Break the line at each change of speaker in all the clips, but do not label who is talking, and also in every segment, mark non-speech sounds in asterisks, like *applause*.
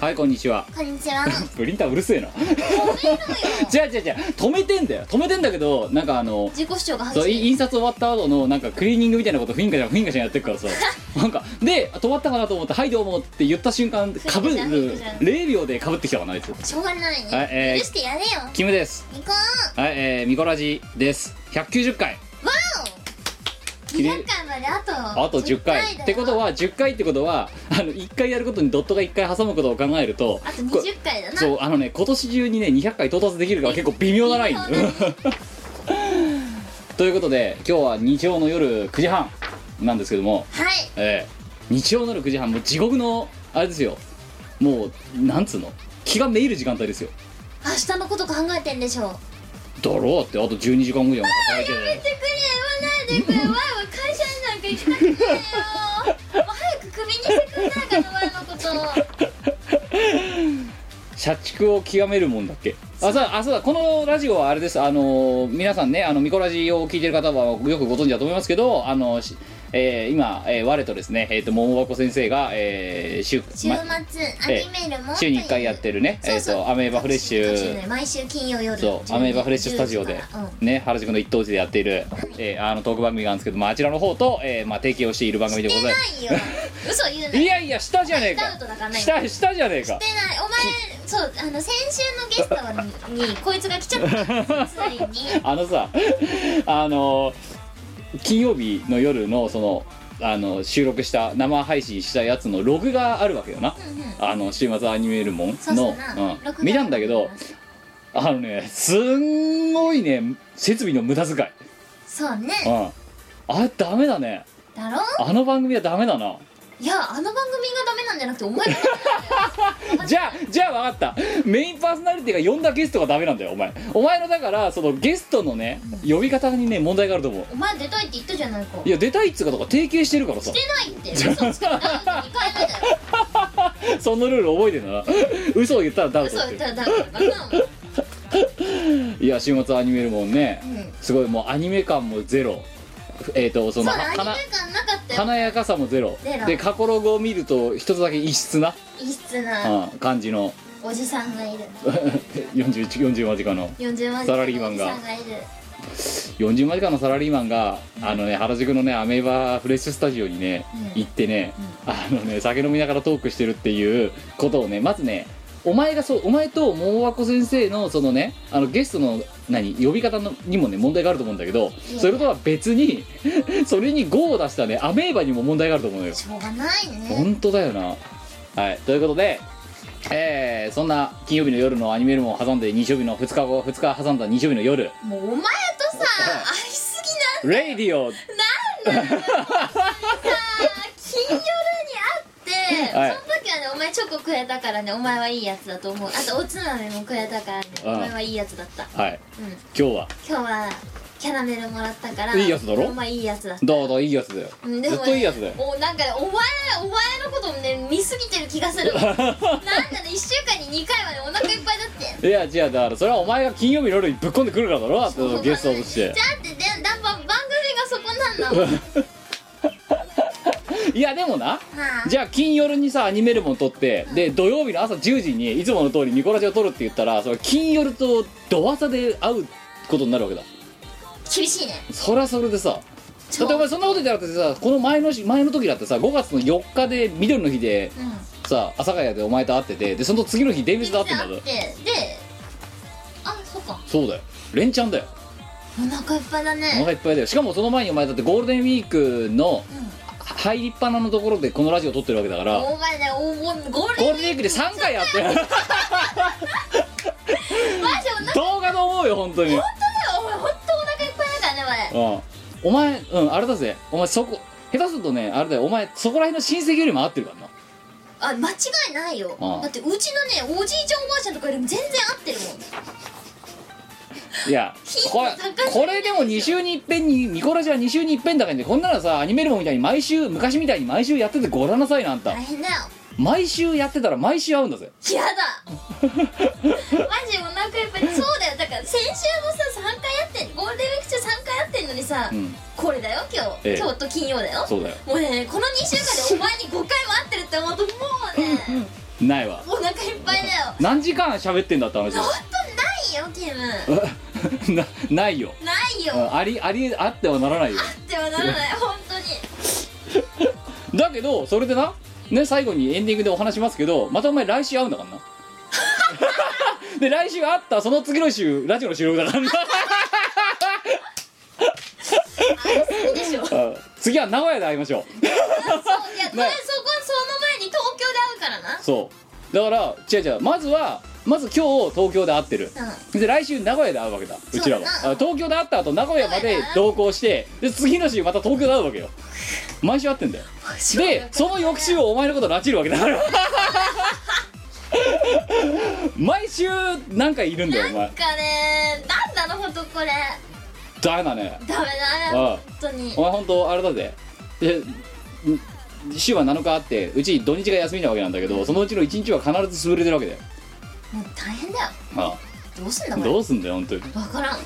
はいこんにちは
こんにちは
プリンターうるせえなじ *laughs* ゃあじゃあじゃ止めてんだよ止めてんだけどなんかあの
自己主張が
そ
激
う
しい
い印刷終わった後のなんかクリーニングみたいなことフィンガじゃんフィンガじゃんやってる
*laughs*
からさなんかで止まったかなと思って「はいどうも」って言った瞬間かぶ
フ
る
ィンガじゃんフィンガじゃん
0秒でかぶってきたかなあいつ
しょうがないね、
はいえー
許してやれよ
キムです
行こう
はいえーミコラジです190回
わお
きれい
200回まであと
あと10回
だよ
ってことは10回ってことはあの1回やることにドットが1回挟むことを考えると
あと
こ
20回だな
そうあのね今年中にね200回到達できるから結構微妙なライン *laughs* ということで今日は日曜の夜9時半なんですけども
はい
ええ日曜の夜9時半もう地獄のあれですよもうなんつうの気がめいる時間帯ですよ
明日のこと考えてんでしょう
だろうってあと12時間後じゃん働いて
やめてくれ言わないでくれわいは会社になんか行きたくな
*laughs*
いよもう早くクビにしてくんないかなわいのこと
社畜を極めるもんだっけあそうだあそうだこのラジオはあれですあのー皆さんねあのミコラジを聞いてる方はよくご存知だと思いますけどあのしえー今、えー我とですね、えー、と桃箱先生が、えー週
週
ま
末アニメールも
週に1回やってるね
そうそう
えーとアメーバフレッシュ
タクーね毎週金曜夜
そう
10
アメーバフレッシュスタジオで
10時からうん、
ね、原宿の一等地でやっている、えーあのトーク番組があるんですけど、まあ、あちらの方と、えーまあ、提供している番組でございま
してないよ嘘言う
す
なよ
いやいや下じゃねえか
ダウトだからね
下下じゃねえか
してないお前そうあの先週のゲストはににこいつが来ちゃったついに
*laughs* あのさあの金曜日の夜のそのあの収録した生配信したやつのログがあるわけよな
うんうん
あの週末アニメールモン
そう
の
そうな録画
うん、見たんだけどあのねすんごいね設備の無駄遣い、
そうね
うん、あダメだね
だろ
あの番組はダメだない
やあの番組がダメなんじゃなくて
*laughs*
お前が
じゃあじゃあ分かったメインパーソナリティが呼んだゲストがダメなんだよお前お前のだからそのゲストのね呼び方にね問題があると思う
お前出たいって言ったじゃないか
いや出たいっつうかとか提携してるからさ
出ないって嘘つけない2回目だよ
そのルー *laughs* ル覚えてんだな嘘を言ったらダウト
嘘
っ
言ってたらダメだからない
や週末アニメるもんね、
うん
すごいもうアニメ感もゼロえっ、とそ
そう
の
アニメ
はな
感なかったよ
華やかさもゼロ
ゼロ
で過去ログを見ると一つだけ異質な、
異質な
うん感じの *laughs*
おじさんがいる
41 40間近の
40万
サラリーマンが
おじさんがいる
40間近のサラリーマンが、あのね原宿のねアメーバフレッシュスタジオにね、
うん
行ってね、あのね酒飲みながらトークしてるっていうことをねまずねお前がそうお前と桃和子先生のそのねあのゲストの何呼び方のにもね問題があると思うんだけど
いや
それとは別に *laughs* それに5を出したねアメーバにも問題があると思うのよ
しょうがないね
本当だよなはいということでえー、そんな金曜日の夜のアニメルモンを挟んで日曜日の2日後2日挟んだ日曜日の夜
もうお前とさ会いすぎなん
レイディオ
金夜に会って、
はい
その時はねお前チョコくれたからねお前はいいやつだと思うあとおつまみもくれたからねお
ああ
前はいいやつだった
はい
うん
今日は
今日はキャラメルもらったから
いいやつだろ
お前いいやつだった
どうぞいいやつだよ、
うんで
ず
も
っ
ね
といいやつだよ *laughs*
おなんかねお前お前のこともね見すぎてる気がするなんだね1週間に2回はねお腹いっぱいだって
いや違うだからそれはお前が金曜日の夜にぶっ込んでくるからだろあとゲストとし
だ
て
ってでだ番組がそこなんだもん
いやでもな
はあ
じゃあ金夜にさアニメルモン撮ってで土曜日の朝10時にいつもの通りニコラジを撮るって言ったらそれは金夜とド朝で会うことになるわけだ
厳しいね
そりゃそれでさだ
そ
っ
う
てお前そんなこと言ったらだってさこの前のし前の時だってさ5月の4日で緑の日で
うん
さ阿佐ヶ谷でお前と会っててでその次の日デイビスと会ってんだ
で
ぞ
あそっか
そうだよ連チャンだよ
お腹いっぱいだ
お
ね
腹いっぱいだよしかもその前にお前だってゴールデンウィークの
うん
入りっぱなのところでこのラジオ撮ってるわけだから
お前ねおおゴールデン
ゴールデンウィークで3回やって
*laughs*
る
マジお腹
動画と思うよ本当に、うん、
お前本当お腹いっぱいだからねお前
お前うんあれだぜお前そこ下手するとねあれだよお前そこら辺の親戚よりも合ってるからな
あ間違いないよ
ああ
だってうちのねおじいちゃんおばあちゃんとかよりも全然合ってるもん
いや
頻度
こ
高
れ
すぎるでしょ
これでも2週に一遍にミコラジは2週に一遍だけでこんなのさアニメルモンみたいに毎週昔みたいに毎週やっててごらんなさいなあんた
大変だよ
毎週やってたら毎週会うんだぜ
やだマジお腹いっぱいそうだよだから先週もさ3回やってんゴールデンウィーク中3回やってんのにさ、
うん
これだよ今日、
ええ
今日と金曜だよ
そうだよ
もうねこの2週間でお前に5回も会ってるって思うともうね
ないわ
お腹いっ
何時間喋ってんだって話
本当ないよキム
よ *laughs* なないよ
ないよ
ありありあってはならないよ
ってはならない本当
*laughs*
に
だけどそれでなね最後にエンディングでお話しますけどまたお前来週会うんだからな *laughs* で来週会ったその次の週ラジオの収録だからな
いいでしょそう
うん次は名古屋で会いましょう
いや、それそこ
ね
その前に東京で会うからな
そうだから違う違うまずはまず今日東京で会ってる、で来週名古屋で会うわけだうちらは
そうだな
あ東京で会った後名古屋まで
名古屋だ
同行してで次の週また東京で会うわけよ毎週会ってんだよでその翌週お前のこと拉致るわけだから *laughs* 毎週何回いるんだよお
なん
前
かねなんだろうほんとこれ
ダメだね
ダメだね
ああ
本当に
お前本当あれだぜでん週は7日あってうち土日が休みなわけなんだけどそのうちの1日は必ず潰れてるわけだよ
もう大変だよ
あ
どうすんだ
あ
これ
どうすんだよ本当に
分
*laughs*
からん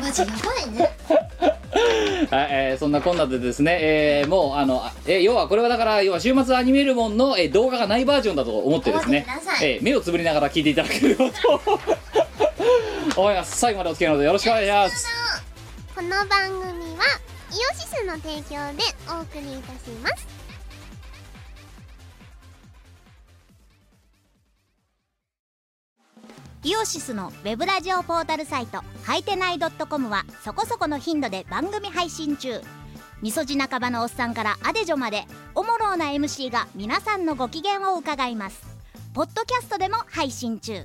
マジやばいね
はい、えーそんなこんなでですね、えーもうあの、あえー要はこれはだから要は週末アニメルモンの、えー動画がないバージョンだと思ってですね
思ってください
えー目をつぶりながら聞いていただける *laughs* と思います最後までお付き合いのでよろしくお願いします
この番組はイオシスの提供でお送りいたします
イオシスのウェブラジオポータルサイト「はいてない .com」はそこそこの頻度で番組配信中みそじ半ばのおっさんからアデジョまでおもろうな MC が皆さんのご機嫌を伺いますポッドキャストでも配信中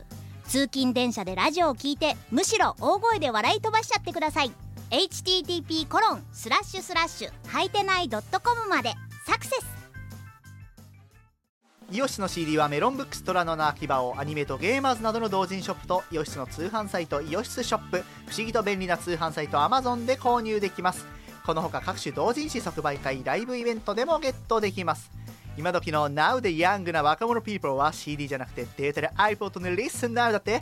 通勤電車でラジオを聞いてむしろ大声で笑い飛ばしちゃってください http コロンスラッシュスラッシュはいてない .com までサクセス
イオシスの CD はメロンブックストラノの秋葉をアニメとゲーマーズなどの同人ショップとイオシスの通販サイトイオシスショップ不思議と便利な通販サイト Amazon で購入できますこのほか各種同人誌即売会ライブイベントでもゲットできます今時の Now でヤングな若者 people は CD じゃなくてデータで iPod の Listen Now だって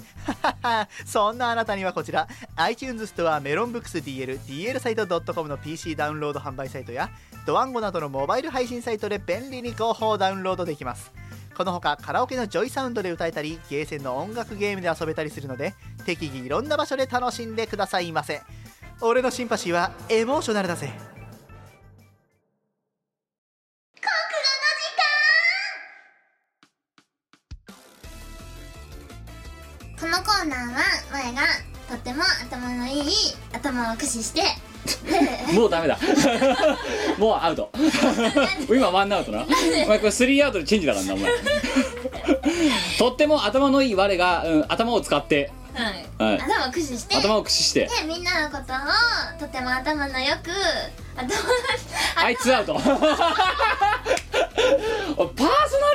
*laughs* そんなあなたにはこちら iTunes ストアメロンブックス DL DL サイト .com の PC ダウンロード販売サイトやドワンゴなどのモバイル配信サイトで便利に広報ダウンロードできますこのほかカラオケのジョイサウンドで歌えたりゲーセンの音楽ゲームで遊べたりするので適宜いろんな場所で楽しんでくださいませ俺のシンパシーはエモーショナルだぜ
このコーナーは前がとても頭のいい頭を駆使して
もうダメだ *laughs* もうア *laughs* ウト今ワンアウトなお前これスリーアウトでチェンジだからなお前とっても頭のいい我が、うん、頭を使って、
はい
はい、
頭を駆使して
頭を駆使して
でみんなのことをとても頭のよく頭の
あいつアウト *laughs* おいパーソナ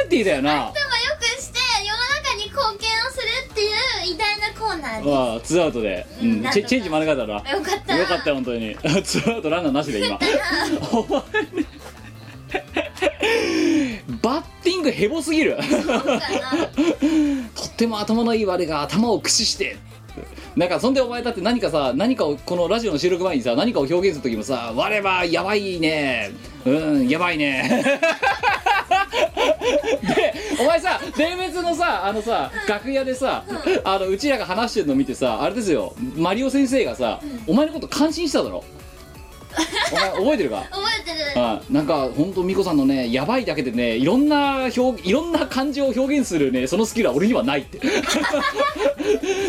リティだよな
頭よくして世の中に貢献をするっていう偉大なコーナーで
ああツーアウトで、う
うん
ん、
なん
チ
と
ェ
か
チェンジ免れたなよ
よかった
かったよ本当に *laughs* ツーアウトランナーなし
*laughs*
で今お前ねバッティングヘボすぎる
そうかな
とっても頭のいい我が頭を駆使してなんかそんでお前だって何かさ何かをこのラジオの収録前にさ何かを表現する時もさ「我はやばいねうんやばいね」 *laughs* でお前さ伝説のさあのさ楽屋でさあのうちらが話してるの見てさあれですよマリオ先生がさお前のこと感心しただろお前覚えてるか
覚えてる
あなんか本当美子さんのねやばいだけでねいろんな表いろんな感情を表現するねそのスキルは俺にはないって *laughs*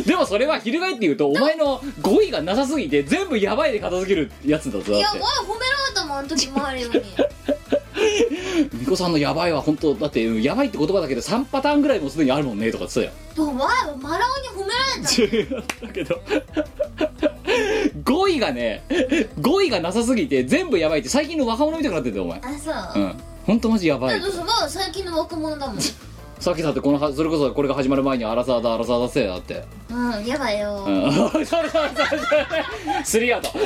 でもそれは翻って言うとお前の語彙がなさすぎて全部やばいで片付けるやつだぞ
い
だ
や
っ
おい褒められたもんあの時もあるよう
*laughs*
に
て美子さんのやばいは本当だってうんやばいって言葉だけで3パターンぐらいもうすでにあるもんねとか言って
お前はマラオに褒められ
た
た
よ *laughs*
*laughs*
だけど語彙がね語彙がなさすぎて全部やばいって最近の若者みたくなってんだよお前
あそううん
本当マジやば
だ
い
ってその最近の若者だもん
さっきだってこのはそれこそこれが始まる前にアラサーだアラサーだっせだって
うんやばいよ、
うん *laughs* そうそうそうそうスリーアウトチ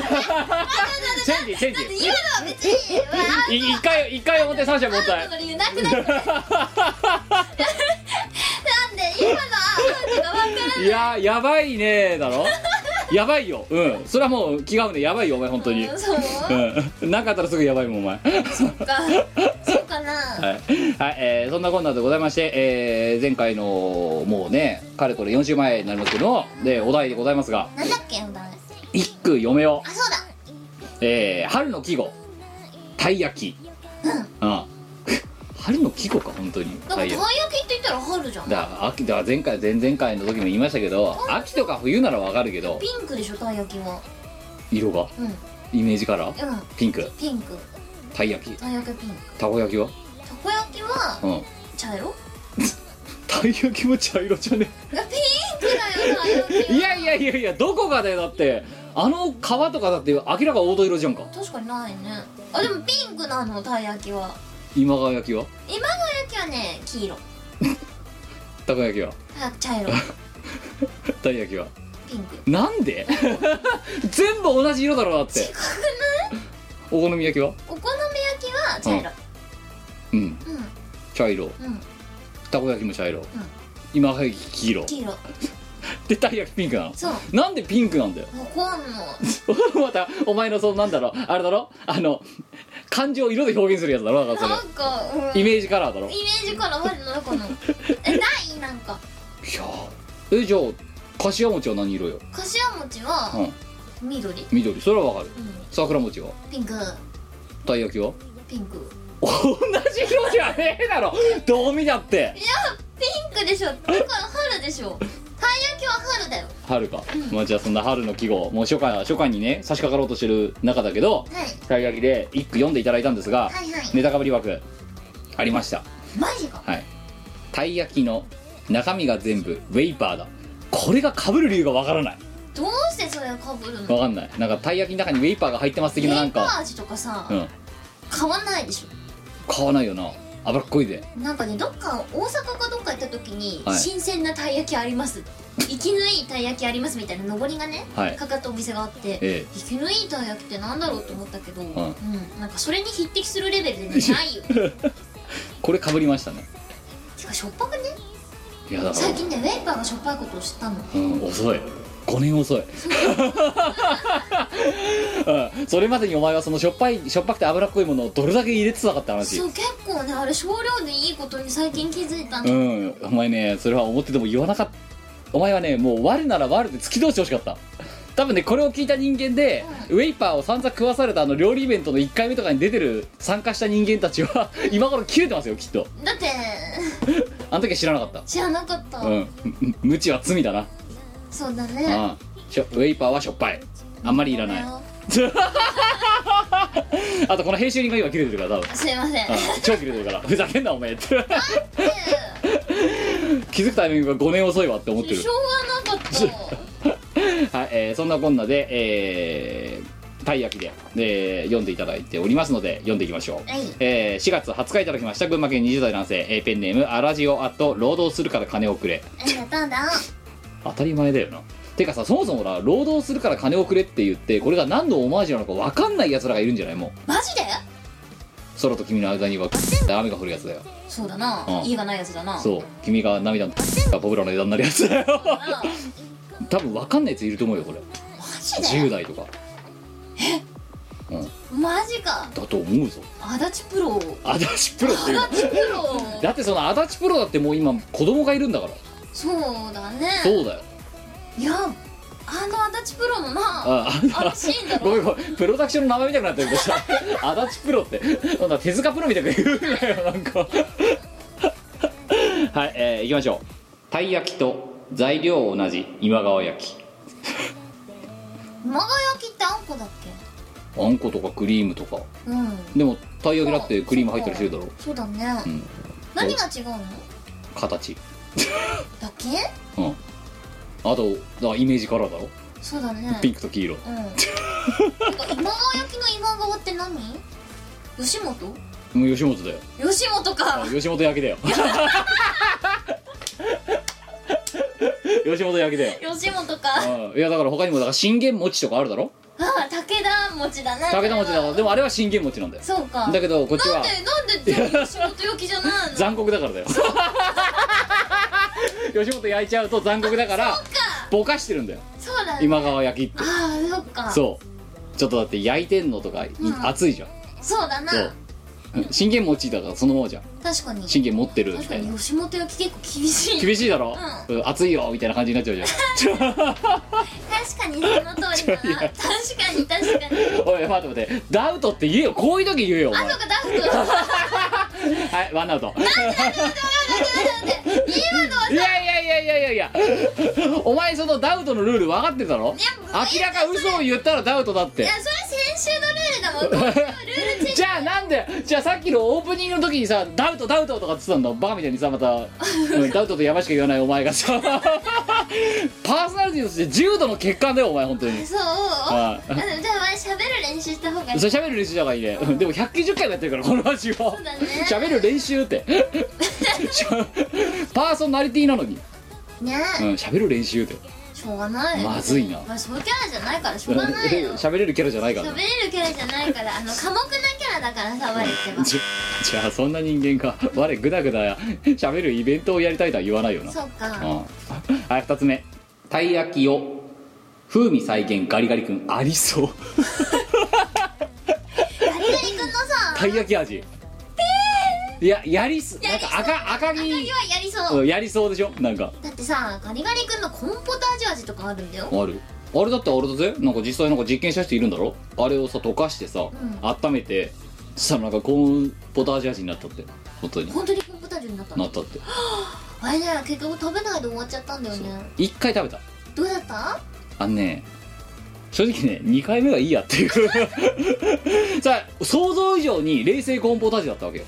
ェンジチェン
だって
ジ
今のは別
*laughs*
に、まあ、
い一回一回表三者凡
アウトの
退
理由なくなるなんで今のアウトが分からない
いややばいねーだろやばいようんそれはもう気が合うねやばいよお前本当に
そう
うんなかったらすぐやばいもんお前
かそうかな
はい、えーそんなこんなでございまして、えー前回のもうねかれこれ4週前になりますけどもでお題でございますが
なんだっけお題
一句読めよ
あ、そうだ
えー春の季語たい焼きうん *laughs* 春の季語か本当にた
だからたい
い
焼
焼き
きって言ったら春じゃん
だから秋だから前回前々回の時も言いましたけど秋とか冬ならわかるけど
ピンクでしょたい焼きは
色が
うんうん
イメージカラーピンク
ピンク
たい焼き
たい焼きはピンク
たこ焼きは
たこ焼きは
うん
茶色
たい焼きも茶色じゃね
がピンクだよたい焼き
いやいやいやいやどこがだよだってあの皮とかだって明らか黄土色じゃんか
確かにないねあでもピンクなのたい焼きは
今川焼きは
今の焼きはね黄色
たこ焼きは
あ茶
*laughs*
色
たい焼きは
ピンク
なん *laughs* で全部同じ色だろうだってお好み焼きは
お好み焼きは茶色
うん
うん
茶色
うん、
たこ焼きも茶色、今川焼き黄色
黄色
でたい焼きピンクなの
そう
なんでピンクなんだよ *laughs*
わかんない
またお前のそのなんだろうあれだろあの感情を色で表現するやつだろだか
な
ら
んか、うん、イ
それイ
メ
メージカラーだろい
ージから悪いの
*laughs*
中のえないなんか
やーえじゃあかしわ餅は何色よ
かしわ餅
う
は
ん
緑、うん、
緑それはわかる桜餅は
ピンク
たい焼きは
ピンク
同じ色じゃねえだろどう見だって
いやピンクでしょだから春でしょたい焼きは春だよ
春か、まあじゃあそんな春の季語もう初夏初夏にね差し掛かろうとしてる中だけど
はい
たい焼きで一句読んでいただいたんですが、
はいはい
ネタかぶり枠ありました
マジか
はいたい焼きの中身が全部ウェイパーだこれがかぶる理由がわからない
どうしてそれをかぶるの
わかんないなんかたい焼きの中にウェイパーが入ってます
ペ
的ななん
ーパー
か
味とかさ、
うん
買わないでしょ
買わないよな脂っこいで
なんかねどっか大阪かどっか行った時に、
はい
新鮮なたい焼きあります生きのいいたい焼きありますみたいな上りがね、
はい
かかったお店があって、
え
生きのいいたい焼きってなんだろうと思ったけど、うん
ん
なんかそれに匹敵するレベルで
*laughs*
ねないよ
これかぶりましたね
てかしょっぱくね
いやだから
最近ねウェイパーがしょっぱいことを知ったの
うん、遅い5年遅い、 *laughs* うん、それまでにお前はそのしょっぱいしょっぱくて脂っこいものをどれだけ入れてたかって話
そう結構ねあれ少量でいいことに最近気づいた
う
の、
んお前ねそれは思ってても言わなかったお前はねもう我なら我で突き通してほしかった多分ねこれを聞いた人間で、ウェイパーを散々食わされたあの料理イベントの1回目とかに出てる参加した人間たち *laughs* は今頃切れてますよきっと
だって
あの時は知らなかっ
知らなかった、
たうんむ無知は罪だな、
そうだ
う
ね
ん、しょウェイパーはしょっぱいあんまりいらないあとこの編集人が今切れてるから多分
すいません
ああ超切れてるからふざけんなお前って *laughs* 気づくタイミングが5年遅いわって思ってる
しょうがなかった
はい、えーそんなこんなでえーたい焼きで、えー読んでいただいておりますので読んでいきましょう、
はい
えー4月20日いただきました群馬県20代男性、えーペンネームアラジオアット労働するから金をくれ
ありがと
*laughs*
うだ
当たり前だよなてかさそもそもな労働するから金をくれって言ってこれが何のオマージュなのか分かんないやつらがいるんじゃないも
マジで
う空と君の間には雨が降るやつだよ
そうだな、
うん
家がないやつだな
そう君が涙の僕らの枝になるやつだよ
だなマ
多分分かんないやついると思うよこれ
ジ
10
で
代とか
マジか
だと思うぞ
足立プ
*laughs*
ロ
足立プロっていうの
足立プロ
だってその足立プロだってもう今子供がいるんだから
そうだね
そうだよ
いやあの足立プロのな
あ
あのシーン
*laughs*
だ
ご
ろ
めんごめんプロダクションの名前みたくなってるけどさ足立プロってなんか手塚プロみたいな言うなよなん *laughs* かはいえー、いきましょうたい焼きと材料同じ今川焼き
馬が焼きってあんこだっけ
あんことかクリームとか
うん
でもたい焼きだってクリーム入ったりしてるだろ
そうだね、
ん
何が違うの
形
だけ
うんあとだからイメージカラーだろ
そうだね
ピンクと黄色
うんなんか今川焼きの今川って何吉本
もう吉本だよ
吉本か
吉本焼きだよ吉本焼きだよ
吉本か
うんいやだから他にもだから信玄餅とかあるだろ
ああ武田餅だね
武田餅だからでもあれは信玄餅なんだよ
そうか
だけどこっち
なん
は
でなんで全部吉本焼きじゃないの
残酷だからだよ吉本焼いちゃうと残酷だからぼかしてるんだよ
そうだね
今川焼きって
ああそっか
そうちょっとだって焼いてんのとかい
うん
熱いじゃん
そうだな
そう信玄持ちだからそのままじゃん
確かに
信玄持ってるみ
確
た
か
いな
に吉本焼き結構厳しい
厳しいだろ、うん熱いよみたいな感じになっちゃうじゃん
確かにその通りだな確かに確かに
おい待って待ってダウトって言えよこういう時言えよお前
あとかダ *laughs* フトだ
はいワンアウト
って今のはい
やいやいやいやいやいやお前そのダウトのルール分かってたろ
いや
明らか嘘を言ったらダウトだっ
い
て
や *laughs* それ先週のルールだもんこれはルールチェンジ
じゃあなんでじゃあさっきのオープニングの時にさダウトダウトとかって言ってたんだバカみたいにさま
*laughs*
たうんダウトと山しか言わないお前がさ *laughs* パーソナリティとして重度の欠陥だよお前本当に
そう
は
あのじゃあお前喋る練習した方がいい
それ喋る練習した方がいいねうんでも190回もやってるからこのラジオ
うだね
喋る練習って
*laughs*
しゃパーソナリティなのに
ね
うん喋る練習って
しょうがないよ
まずいな
まあ、そういうキャラじゃないからしょうがないよ
喋れるキャラじゃないから
喋
ね
れるキャラじゃないからあの寡黙なキャラだからさ我ってば
じゃじゃあそんな人間か我グダグダ喋るイベントをやりたいとは言わないよな
そうか
うんはい2つ目たい焼きを風味再現ガリガリ君ありそう
*laughs* ガリガリ君のさ
たい焼き味いややりすなんか赤赤
赤
木
木はやりそ
う
う
んやりそうでしょなんか
だってさガリガリ君のコンポタージュ味とかあるんだよ
あるあれだってあれだぜなんか実際なんか実験した人いるんだろあれをさ溶かしてさ、温めてそしたらなんかコーンポタージュ味になったって本当に
本当にコンポタージュになった
な
の
ったって
あれね結局食べないで終わっちゃったんだよね
一回食べた
どうだった
あのね正直ね2回目はいいやっていう *laughs* さあ想像以上に冷製コーンポタージュだったわけよ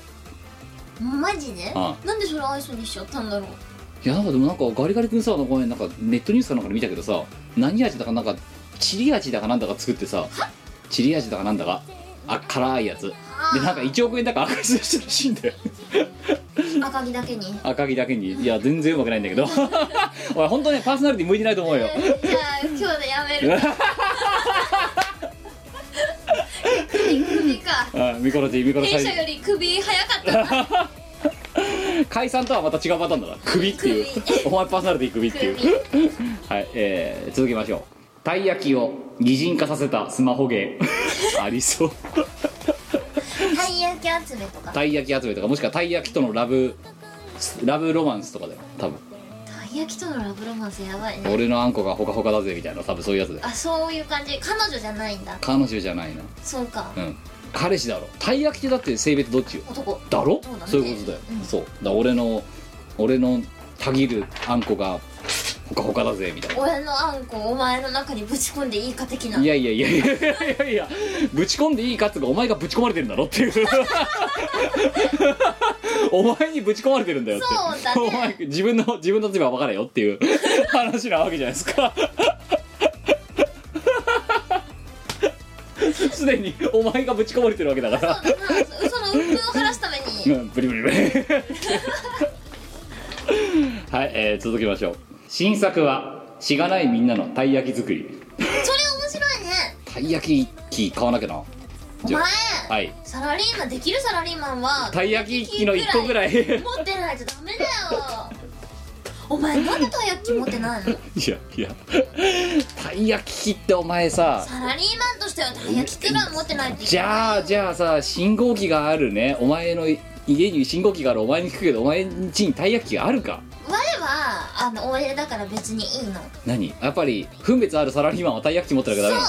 マジで
あ
なんでそれアイスにしちゃったんだろう
いやなんかでもなんかガリガリ君さなんかねなんかネットニュースかなんかで見たけどさ何味だかなんかチリ味だかなんだか作ってさチリ味だかなんだかあ辛いやつでなんか1億円だか赤字出してるらしいんだよ
赤木だけに
赤木だけにいや全然うまくないんだけど *laughs* おい本当ねパーソナリティ向いてないと思う
じ
よ
ゃあ今日でや
*laughs*
める首首か
あミコロジーミコロサイ
弊社より首早かったな
解散とはまた違うパターンだな首っていうお前パーソナリティ首 *laughs* っていうはい、えー、続きましょうたい焼きを擬人化させたスマホゲー *laughs* ありそう
たい焼き集めとかた
たい焼き集めとかもしくはたい焼きとのラブラブロマンスとかだよ多分
い焼きとのラブロマンスやばいね
俺のあんこがほかほかだぜみたいな多分そういうやつだよ
あそういう感じ彼女じゃないんだ
彼女じゃないな
そうか
うん彼氏だろたい焼きってだって性別どっちよ
男
だろ
そうだね
そういうことだよ、
うん
そうだから俺の俺のたぎるあんこがほかほかだぜみたいな
俺のあんこをお前の中にぶち込んでいいか的ない
やいやいやいやいやいやいやぶち込んでいいかっつうかお前がぶち込まれてるんだろっていう *laughs* お前にぶち込まれてるんだよって
そうだね
お前自分の自分の罪は分からんよっていう話なわけじゃないですか *laughs* すでにお前がぶち込まれてるわけだから
そうだなそその鬱憤を晴らすた
*laughs*
めに
うんブリブリブリはい、えー続きましょう新作はしがないみんなのたい焼き作り
それ面白いね
たい焼き器買わなきゃな
お
じゃ
前
あはい
サラリーマンできるサラリーマンは
たい焼き器の1個ぐらいい
持ってないとダメだよお前なんでたい焼き持ってな
*laughs*
いの
や *laughs* いやたい焼き器ってお前さ
サラリーマンとしてはたい焼きくらい持ってないって
じゃあじゃあさ信号機があるねお前の家に信号機があるお前に聞くけどお前ん家にたい焼き器があるか
我はあの俺だから別にいいの
何やっぱり分別あるサラリーマンはたい焼き器持ってなきゃダメなの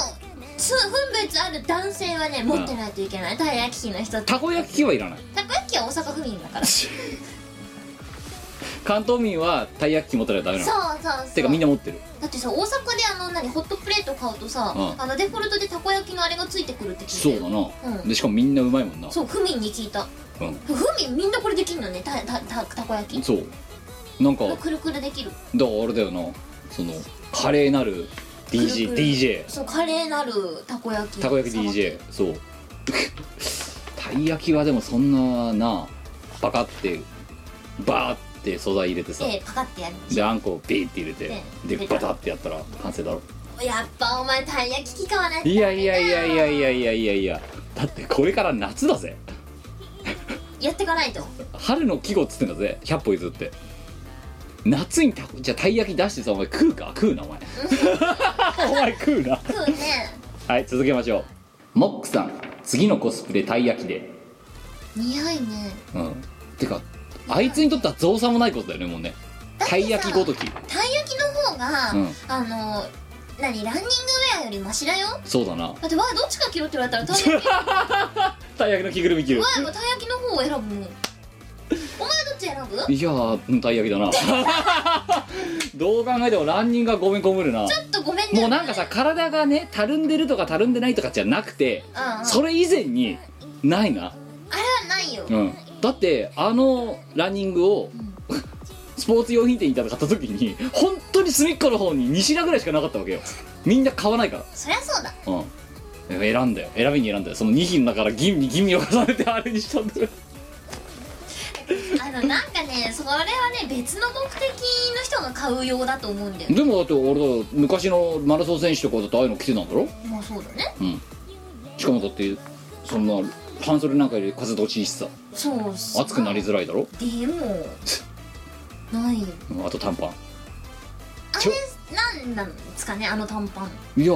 そうそう分別ある男性はね持ってないといけないたい焼き器の人って
たこ焼き器はいらない
たこ焼き器は大阪府民だからそう
*laughs* 関東民はたい焼き器持たないとダメなの
そうそう
てかみんな持ってる
だってさ大阪であの何ホットプレート買うとさ、
うん
あのデフォルトでたこ焼きのあれがついてくるって
そ
聞いうて
だ
る
な、
うん
でしかもみんなうまいもんな
そう府民に聞いた
う,、
府民みんなこれできるのねたたたたこ焼
ん、
き
そうなんかだか
くるくるできる
らあれだよなその華麗なる DJ
くるくる
DJ
そうカレーなるたこ焼き
たこ焼き DJ そう *laughs* たい焼きはでもそんななバカってバーって素材入れてさ、
でパカってやる
であんこをビーって入れて
ね、
でバタってやったら完成だろ
やっぱお前たい焼き器買わないと
いやいやいやいやいやいやいやいやだってこれから夏だぜ
やってかないと
春の季語っつってんだぜ100歩譲って夏にたこじゃあたい焼き出してさお前食うか食うなお前 *laughs* お前食うな
食うね
はい続けましょうモックさん次のコスプレたい焼きで
匂いね
うんてかあいつにとっては造作もないことだよねもうね
だってさ
たい焼きごとき
たい焼きの方が、
うん
あの何ランニングウェアよりマシだよ
そうだな
だってわあどっちか着ろって言われたらたい焼きわ
*laughs* たい焼きの着ぐるみ着る
あやっぱたい焼きの方を選ぶもんお前どっち選ぶちょ
いやーうんたい焼きだなどう考えてもランニングがごめんこむるな
っとごめんね
もうなんかさ体がねたるんでるとかたるんでないとかじゃなくて
うんうん
それ以前にないな
あれはないよ、
うんだってあのランニングをスポーツ用品店に行った買った時に本当に隅っこの方に2品ぐらいしかなかったわけよみんな買わないから
そりゃそうだ
うん選んだよ選びに選んだよその2品だから吟味吟味を重ねてあれにしたんだよ
あのなんかねそれはね別の目的の人が買う用だと思うんだよ
でもだって俺だよ昔のマラソン選手とかだってああいうの着てたんだろ
まあそうだね
しかもだってそんな半袖なんかより風通しいいしさ
そうっす
暑くなりづらいだろ、
でもないよ
うんあと短パン
あ
ちょ
れなんなんですかねあの短パン
いや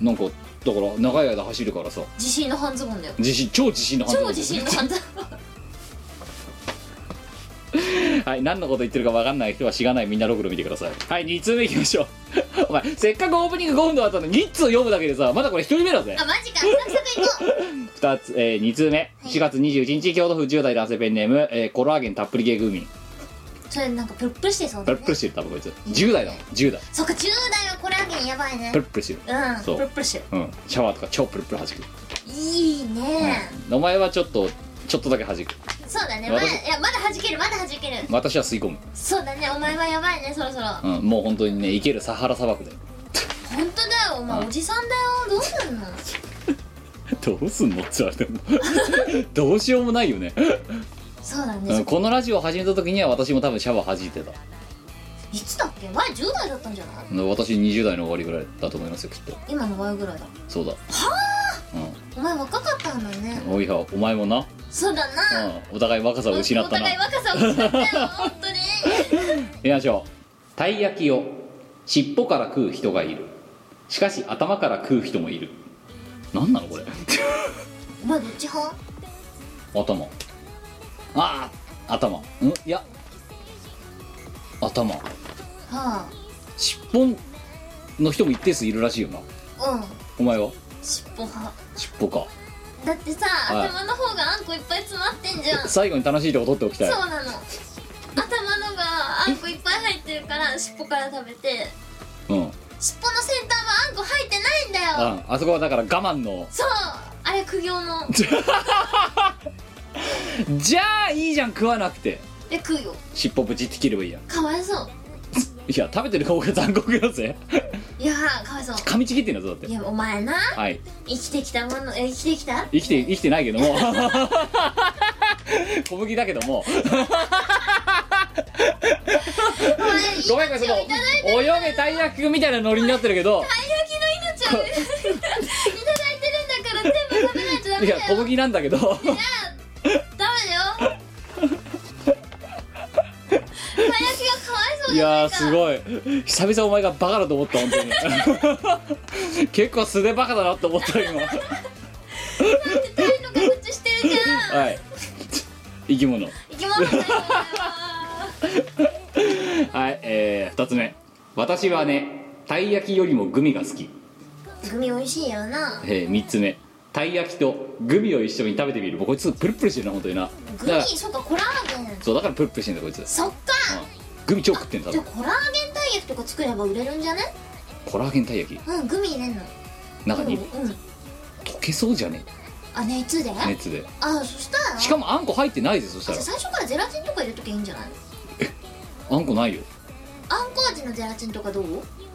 なんかだから長い間走るからさ
自信の半ズボンだよ
自信超自信の反
超
応
自信の半ズボン
*laughs* はい何のこと言ってるか分かんない人は知らないみんなログル見てくださいはい2通目いきましょう *laughs* お前せっかくオープニング5分で終わったのに2通読むだけでさまだこれ1人目だぜ
あマジかサクサクいこう
2つ、えー、2通目4月21日京都府10代男性ペンネーム、えーコラーゲンたっぷりゲーグミン
それなんかプルップルしてそう
プ
だ
ル
ね
ップルしてる多分こいつ10代だもん10代
そっか10代はコラーゲンやばいね
プルップルしてる
うん
そう
プルップルしてる
うんシャワーとか超プルプルはじく、
いいね
お前はちょっとちょっとだけはじく
そうだねまだ
私
いやまだ弾けるまだ弾ける
私は吸い込む、
そうだねお前はやばいねそろそろ
うん、もう本当にね生けるサハラ砂漠だよ
本当だよお前おじさんだよどうすん
*laughs*
の
どうすんのって言われても *laughs* どうしようもないよね、
そうだね、
うん、このラジオを始めた時には私も多分シャワーはじいてた
いつだっけ前10代だったんじゃない
うん私20代の終わりぐらいだと思いますよきっと
今の前ぐらいだ
そうだは
お前若かったんだね
うんおいやお前もな、
そうだな、
うん、お互い若さを失った
お
な
互い若さを失ったよ本当に
いきましょうたい焼きを尻尾から食う人がいるしかし頭から食う人もいるなんなのこれ
お前どっち派
頭ああ頭んいや頭
は
尻尾の人も一定数いるらしいよな
あうん
お前は
尻尾派
尻尾か
だってさ
はい
頭の方があんこいっぱい詰まって
*laughs*
んじゃんそう
最後に楽しいとこ取っておきたい
なの頭のがあんこいっぱい入ってるから尻尾から食べて
うん
尻尾の先端はあんこ入ってないんだよ
ああそこはだから我慢の
そうあれ苦行の
じゃあいいじゃん食わなくて
え食うよ
尻尾ブチって切ればいいやん
かわいそう
いや食べてる方が残酷だぜ
いやーかわいそう
噛みちぎってんだぞだって
いやお前な
はい
生きてきたものえ生きてきた
生きて生きてないけども *laughs* 小麦だけども
お前命
ごめんごめんその
をいただいてる
泳げたい焼きみたいなノリになってるけど
たい焼きの命をいただいてるんだから全部食べないとダメ
いや
だ
小
よ
麦なんだけど
ダメだよたい焼きがかわいそう
い
じゃな
やー
いか
すごい久々お前がバカだと思った本当に *laughs* 結構素でバカだなと思った今
たいの形してるじゃん、
はい生き物
生き物だよ
はいえー、2つ目私はねたい焼きよりもグミが好き、 *laughs*
グミ美味しいよな
えー、3つ目たい焼きとグミを一緒に食べてみるもうこいつプルプルしてるな本当になだ
グ
から
ミそっかコラーゲン
そうだからプルプルしてんだこいつ
そっか
グミ超食ってんだ
じゃあコラーゲンたい焼きとか作れば売れるんじゃね
コラーゲンたい焼き
うんグミ入れんの
中に
うん
溶けそうじゃね
あ熱で、
熱で
あそしたら
しかもあんこ入ってないぜそした
あじ
ら
ゃあ最初からゼラチンとか入れときゃいいんじゃない
あんこないよ
あんこ味のゼラチンとかどう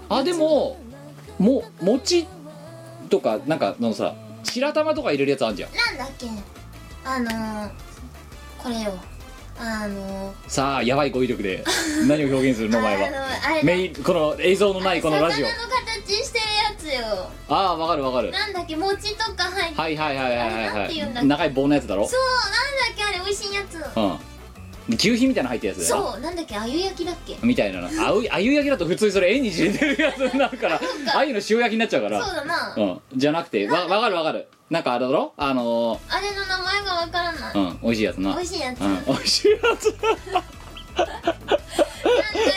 あでもも餅とかなんかのさ白玉とか入れるやつあんじゃん
なんだっけあのー、これよあのー、
さあやばい語彙力で何を表現するのお前
あの
は
あれだ
メインこの映像のないこのラジオ
魚の形してるやつよ
ああわかるわかる
なんだっけ餅とか入って
はいはいはいはい
あれなんて
はい
言うんだ
は
っ
い
け
長い棒のやつだろ
そうなんだっけあれ美味しいやつ
うん牛皮みたいなの入ったやつだよな
そうなんだっけあゆ焼きだっけ
みたいなのあうあゆ焼きだと普通にそれ絵にじれてるやつになるからあゆの塩焼きになっちゃうか
そう
ら
だな、
うんじゃなくてわわかるわかるなんかあれだろあの
あれの名前がわからない、
ーうん美味しいやつな
美味しいやつ、
う
なん
ん美味しいやつ
だっ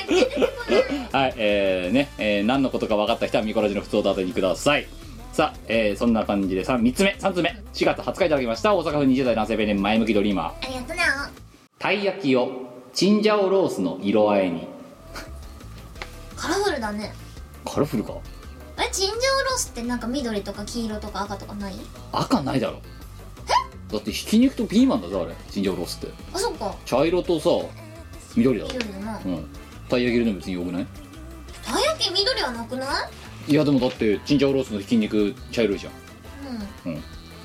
け出てこない
はいえー、ね、えー何のことか分かった人はミコラジの普通お後にくださいさあ、えーそんな感じで 3, 三つ目3つ目4月20日いただきました大阪府20代男性弁連前向きドリーマー
ありがとな
たい焼きをチンジャオロースの色合いに
カラフルだね
カラフルか
あれチンジャオロースってなんか緑とか黄色とか赤とかない
赤ないだろだってひき肉とピーマンだぞあれチンジャオロースって
あそっか
茶色とさ緑だろ
緑だな
うんたい焼き入れても別によくない
たい焼き緑はなくない
いやでもだってチンジャオロースのひき肉茶色いじゃん
うん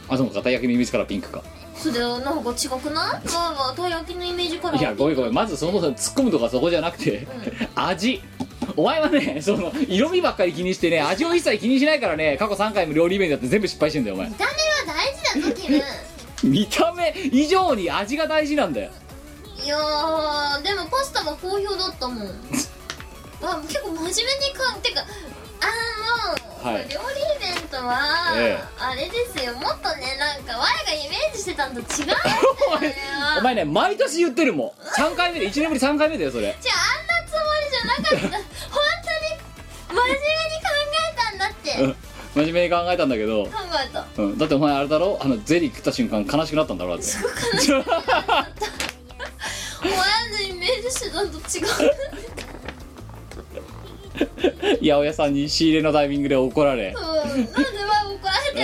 あでも片焼きミミズからピンクか
それなんか違くない前はたい焼きのイメージから
いやごめんごめんまずその突っ込むとかそこじゃなくて、味お前はねその色味ばっかり気にしてね味を一切気にしないからね過去3回も料理イベントだって全部失敗してんだよお前
見た目は大事だぞキムい
見た目以上に味が大事なんだよ
やーでもパスタが好評だったもんあ結構真面目にかてかあの、
はい
料理イベントは、
ええ
あれですよもっとねなんか我がイメージしてたんと違うんだよ
お前お前ね毎年言ってるもん3回目で1年ぶり3回目だよそれ
じゃああんなつもりじゃなかった本当に真面目に考えたんだって
うん真面目に考えたんだけど、
考えた
うん、だってお前あれだろあのゼリー食った瞬間悲しくなったんだろだって *laughs*
お前のイメージしてたんと違う
八百屋さんに仕入れのタイミングで怒られ
うんなんで前怒られ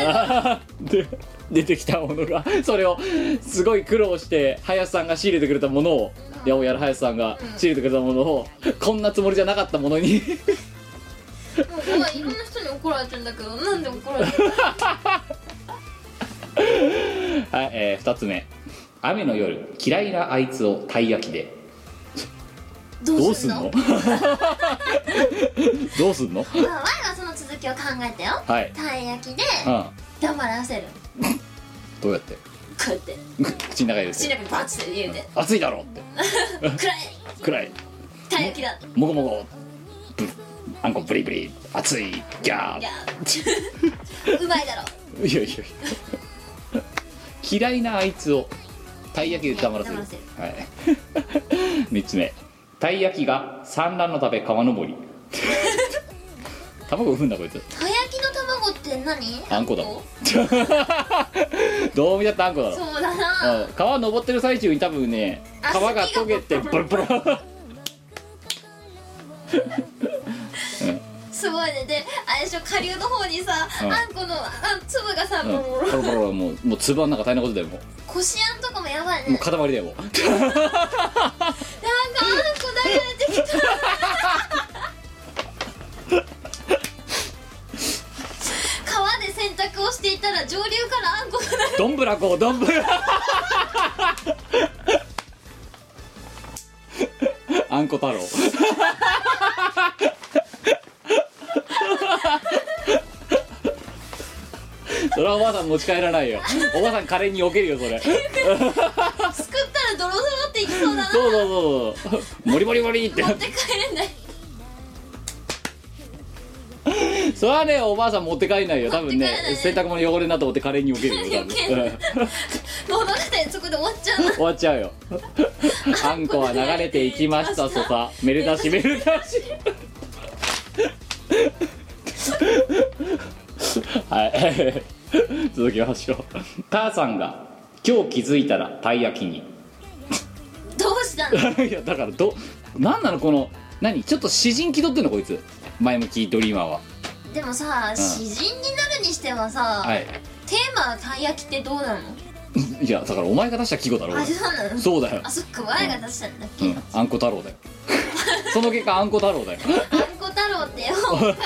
てんの
*laughs* で出てきたものがそれをすごい苦労して林さんが仕入れてくれたものを八百屋の林さんが仕入れてくれたものをこんなつもりじゃなかったものに
もうお前いろんな人に怒られてんだけどなんで怒られてんの
はい、え2つ目雨の夜嫌いなあいつをたい焼きで *laughs* どうすんの *laughs* どうすんの
まあ前はその続きを考えたよ
はい、
たい焼きで
うん、
黙らせる
どうやって *laughs*
こうやって
口の中に入れ
口
て
の中にバチって入れて
暑いだろって
暗い
暗い
たい焼きだ
もごもごブリあんこブリブリ熱いギャー
いや
*laughs*
うまいだろ
いやいやいや嫌いなあいつをたい焼きで黙らせる
黙らせる
はい、3つ *laughs* 目たい焼きが産卵のため川登り卵産んだこいつ
たい焼きの卵って何
あんこだもん *laughs* どう見たってあんこだろ
そうだな
うん川登ってる最中に多分ね
あ
皮が溶けて
隙
ブ
が
ルブル
すごいねであれでしょ下流の方にさ、
うん
あんこのあ粒がさ、
うん
もう
ボロボロもうもう粒あんなんか大変なことだよもう
こしあんとかもやばい
もう
ねなんか
塊だよもう
あんこだけ出てきた川で洗濯をしていたら上流からあんこが流れ
どんぶらこどんぶらあんこ太郎それはおばあさん持ち帰らないよおばあさんカレーに避けるよそれ
作ったらドロドロっていきそうだな
どうぞどうぞモリモリモリって
持って帰れない
それはねおばあさん持って帰んないよ多分ね
持って
洗
帰らない
濯物汚れになと思ってカレーに避けるよ
避
多
ける
分う
*laughs*
ん
物語そこで終わっちゃうな
終わっちゃうよあんこは流れていきましたとさめでたしめでたしはい *laughs* 続きましょう母さんが今日気づいたらたい焼きに *laughs*
どうしたの
いやだからどなんなのこの何ちょっと詩人気取ってんのこいつ前向きドリーマーは
でもさ、詩人になるにしてはさ、
はい
テーマはたい焼きってどうなの
いやだからお前が出した季語だろ
あ
俺
そうなの
そうだよ
あ、そっか、我が出したんだっ
う
け、
んあんこ太郎だよ *laughs* その結果あんこ太郎だよ
あんこ太郎ってよ書くか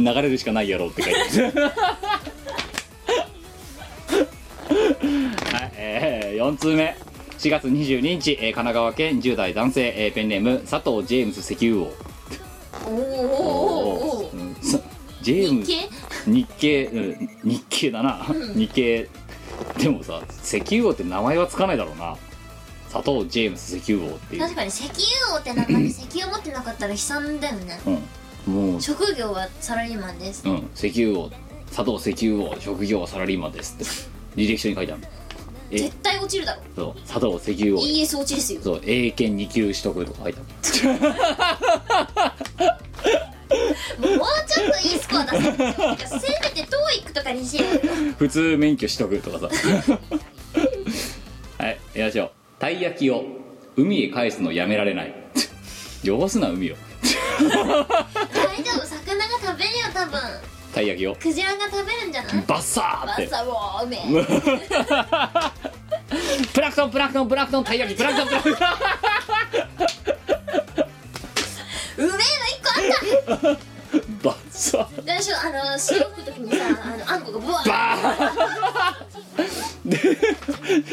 流れるしかないやろうって書いて *laughs* あるはい、えー、4通目4月22日、えー神奈川県10代男性、えーペンネーム佐藤ジェームズ石油
おー
王
おーおーおー
うんさジェームズ
日
日系、うん、日系だな、日系でもさ石油王って名前はつかないだろうな砂糖ジェームス石油王っていう
確かに石油王って名前で石油持ってなかったら悲惨だよね
うんもう
職業はサラリーマンです
うん、石油王佐藤石油王職業はサラリーマンですって履歴書に書いてあるえ
絶対落ちるだろ
そう佐藤石油王
ES 落ちですよ
そう英検2級取得とか書いてある
もうちょっといいスコア出せるよせめて TOEIC とかにしようよ
普通免許取得とかさ *laughs* はいやりましょうたい焼きを海へ返すのやめられない汚すな海を
大丈夫魚が食べるよ多分
たい焼きを
クジラが食べるんじゃない
バッサー
バ
っ
ッ
て
サもうめえ
プラクトンプラクトンプラクトンたい焼きプラクトンプラクトン
うめえの一個あっ
バッサー
た大丈夫あの塩食う時にさあのあんこがブワー
バーンで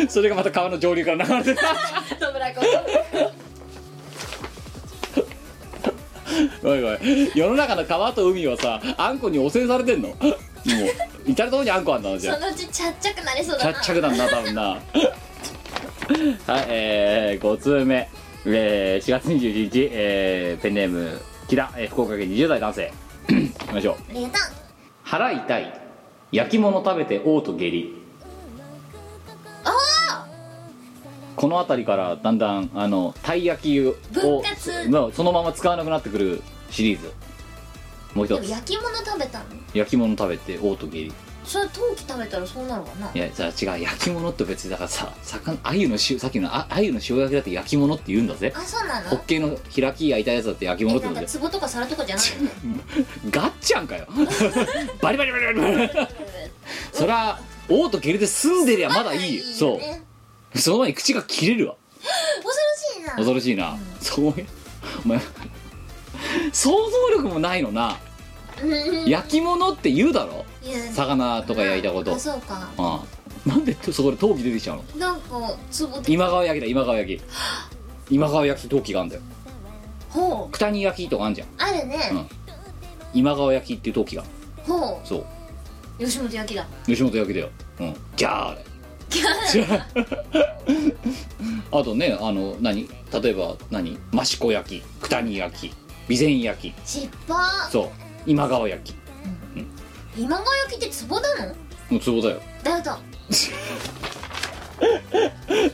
それがまた川の上流から流れてた
ッと村子
おいおい世の中の川と海はさあんこに汚染されてんのもう至る所にあんこあんだのじゃ
そ
あ
のうちちゃっちゃくなりそう
ちゃ
だ
っ
な
ちゃくなんだ多分なはいえー、5通目、えー、4月21日、えーペンネームキラ、えー福岡県20代男性 *clears throat* いきましょう
ありがと
腹痛い焼き物食べて嘔吐下痢この辺りからだんだんあのたい焼きを
分割
まあそのまま使わなくなってくるシリーズもう
う
一
でも
つ
焼き物食べたの
焼き物食べて嘔吐下痢
それ陶器食べたらそうなるかない
やじゃあ違う焼き物って別にだからさ魚鮎の塩さっきのあ鮎の塩焼きだって焼き物って言うんだぜ
あそうなの
ホッケの開き焼いたやつだって焼き物
え
って
な
言うん
ん
だ
か
よ
壺とか皿とかじゃないの
ガッチャンかよ *laughs* バリバリバリバリバリそりゃ嘔吐下痢で済んでりゃまだいいよ
よ
そ
ね
うその前に口が切れるわ
恐ろしいな
恐ろしいな、そういうお前想像力もないのな
うん
焼き物って言うだろ
いや
魚とか焼いたこと
あそうか
ああなんでそこで陶器出てきちゃうの
なんか壺で
今川焼きだ今川焼き今川焼きと陶器があるんだよ
ほう
九谷焼きとかあんじゃん
あるね、
うん今川焼きっていう陶器が
ほ
そう
う吉本焼きだ
吉本焼きだようんギャーあれ *laughs* ギャーあとねあの何例えば何益子焼き九谷焼き備前焼き
失敗
そう今川焼き
今川焼きって壺なの
もうツボだよ
だよと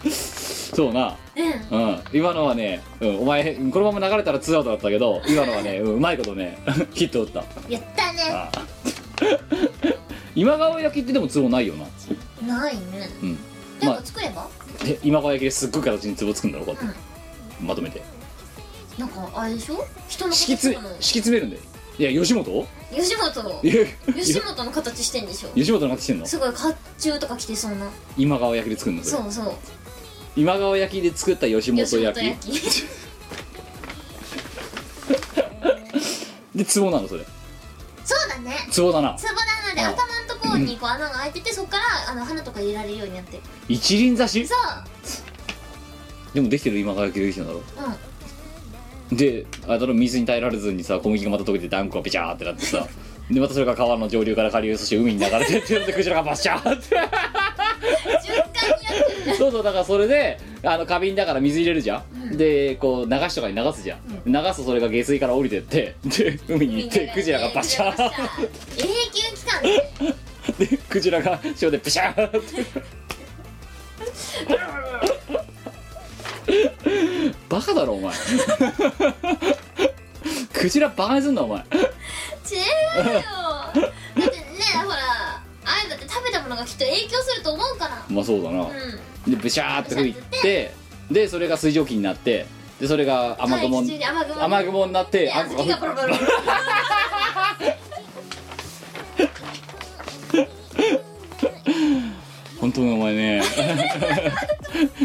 そうな
うん
うん今のはね、うん、お前このまま流れたらツーアウトだったけど今のはね、うんうまいことね *laughs* ヒット打った
やったね
ああ今川焼きってでもツボないよな
ないね
うん
で
ま
も
あ
作れば
で今川焼きですっごい形にツボつくんだろこうやって、まとめて
なんかあれでしょ人の
敷き
形
つ
とかの
敷き詰めるんだよいや吉本
吉本
いや
吉本の形してんでしょ
吉本のなってきてんの
すごい甲冑とか着てそうな
今川焼きで作るのそれ
そうそう
今川焼きで作った吉本
吉本
焼き
焼き
でツボなのそれ
*laughs* そうだね
ツボだな
壺なので
ああ
頭のところにこう穴が開いててそこからあの花とか入れられるようになってる
一輪挿し
そう
でもできてる今川焼きでできてるんだろ
うん
であだろ水に耐えられずにさ小麦がまた溶けてダンクがペチャーってなってさでまたそれが川の上流から下流そして海に流れてってでクジラがバッシャーって
循環にやってる
そうそうだからそれであの花瓶だから水入れるじゃん、でこう流しとかに流すじゃん、流すとそれが下水から降りてってで海に行ってクジラがバッシャーっ
永久期間
て
で
でクジラが塩でプシャーってバカだろお前クジラバカにすんなお前
違うよだってねほらああいうのって食べたものがきっと影響すると思うから
まあそうだな、
うん
でブシャーって吹いてでそれが水蒸気になってでそれが雨雲
大気中に雨雲に
雨雲になって
で
あん
小
こ
豆が
が
ボロボロボロ
本当にお前ね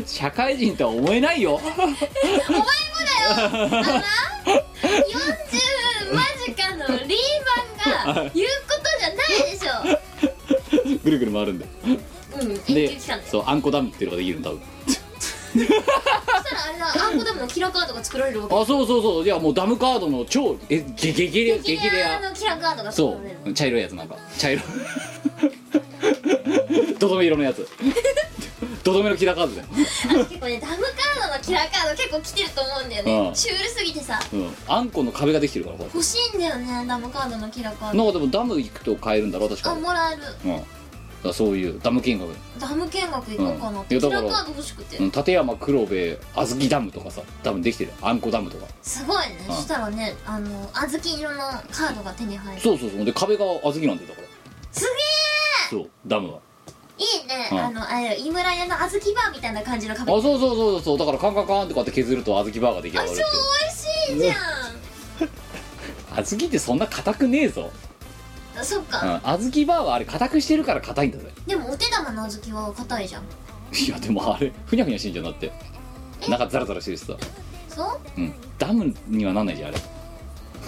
社会人とは思えないよ
あら40間近のリーマンが言うことじゃないでしょ
ぐるぐる回るんで
うん永
で
久期間でそ
そうあんこダムっていうのができるの多分
したらあれだあんこダムのキラカードが作られるわけ
あそうそうそういやもうダムカードの超え激激レア激レア
のキラカードが作
そ
られる
う茶色いやつなんか茶色い *laughs* *laughs* どどめ色のやつどどめのキラカードだよ
あの結構ねダムカーキラーカード結構来てると思うんだよ
う
ね
ん
シュールすぎてさ
うんあんこの壁ができてるからこれ
欲しいんだよねダムカードのキラーカード
なんかでもダム行くと買えるんだろ確か
あ
に
もらえる
うんだからそういうダム見学、
ダム見学行こうかなって、
うんいやだか
キラ
ら
ーカード欲しくて、
うん、立山黒部小豆ダムとかさ多分できてるあんこダムとか
すごいね、
うん
そしたらねあの小豆色のカードが手に入る
そうそうそうで壁が小豆なんだよだから
すげ
そうダムは
えいいね、
うん
あのあれ井村屋の小豆バーみたいな感じの
あ
壁
そうそうそうそうだからカンカンカンってこうやって削ると小豆バーが出来上
あ
が
超
るっ
美
ていう
味しいじゃ
小豆ってそんな硬くねえぞ、
ん、そっ
うん、
か、
小豆バーはあれ硬くしてるから硬いんだぜ
でもお手玉の小豆は硬いじゃん
いやでもあれふにゃふにゃしてんじゃんだって中ザラザラしてるしさ、
そ
う
う
ん、ダムにはなんないじゃんあれ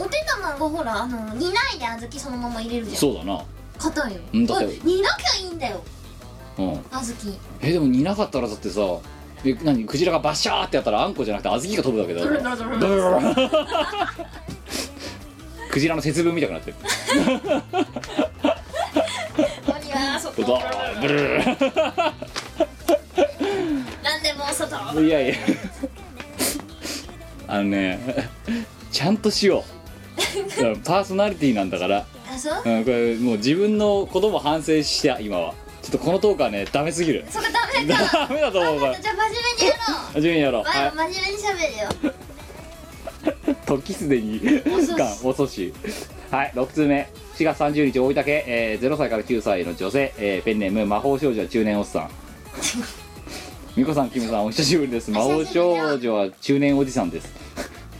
お手玉がほらあの煮ないで小豆そのまま入れるじゃん
そうだな
硬いよ
うんだっ
あ
て
煮なきゃいいんだよ
うん
小
*laughs*
豆
えでも煮なかったらだってさえ何クジラがバシャーってやったらあんこじゃなくて小豆が飛ぶだけだ
ドロドロドロ
ドロドロドロクジラの節分みたいになってる
鬼は外
ドローブルー
なんでも外
いやいやあのねちゃんとしよううんパーソナリティなんだから、
あそう
うん、これもう自分のことも反省した今はちょっとこのトークはねダメすぎる *laughs*
そこダメか
ダメだと思うこれ
じゃあ真面目にやろう
順位やろう、
前
は
も真面目に喋るよ
い、時すでに
遅し
間 *laughs* 遅しはい6通目4月30日大分県、えー0歳から9歳の女性、えーペンネーム魔法少女は中年おっさ
*laughs*
ん美子さんキムさんお久しぶりです魔法少女は中年おじさんです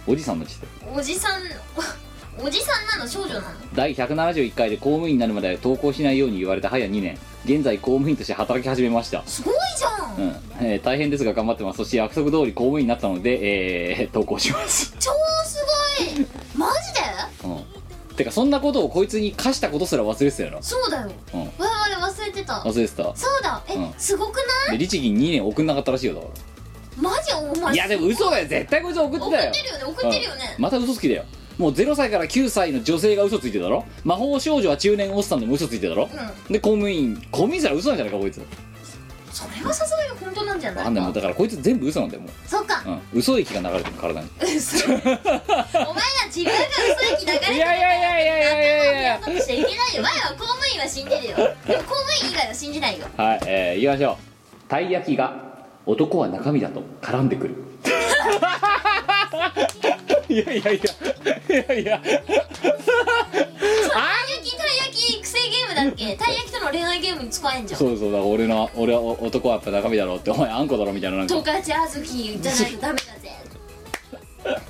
おじさんの時点
おじさん *laughs* おじさんなの少女なの
第171回で公務員になるまで投稿しないように言われた早2年現在公務員として働き始めました、
すごいじゃん、
うんえー大変ですが頑張ってますそして約束通り公務員になったので、えー *laughs* 投稿します、
超すごいマジで
うん、てかそんなことをこいつに課したことすら忘れてたよな、
そうだよ
うん、
我々忘れてた
忘れてた
そうだえ、
うん
すごくな
で
い
律儀に2年送んなかったらしいよだか
マジお
ら
前
いやでも嘘だよ絶対こいつ送って
送った
よ
てるよね送ってるよね、
うんまた嘘つきだよもう0歳から9歳の女性が嘘ついてたろ魔法少女は中年おっさんでも嘘ついてたろ、で公務員公務員すら嘘なんじゃないかこいつ
それはさすがに本当なんじゃない
あんなもうだからこいつ全部嘘なんだよも
そっか
う、うん、嘘息が流れてる体に
嘘 *laughs* お前ら自分が嘘息流れてる
いやいやいやいやいやいやいや
そんなことしちゃいけないよ前は公務員は信じるよでも公務員以外は信じないよ
はいえー、言いましょうたい焼きが男は中身だと絡んでくる *laughs* いやいやいやいやいや
たい焼きたい焼き育成ゲームだっけたい焼きとの恋愛ゲームに使えんじゃん
そうそうだから俺の俺は男はやっぱ中身だろうってお前あんこだろみたいななんか
十勝あずきじゃないとダメだぜ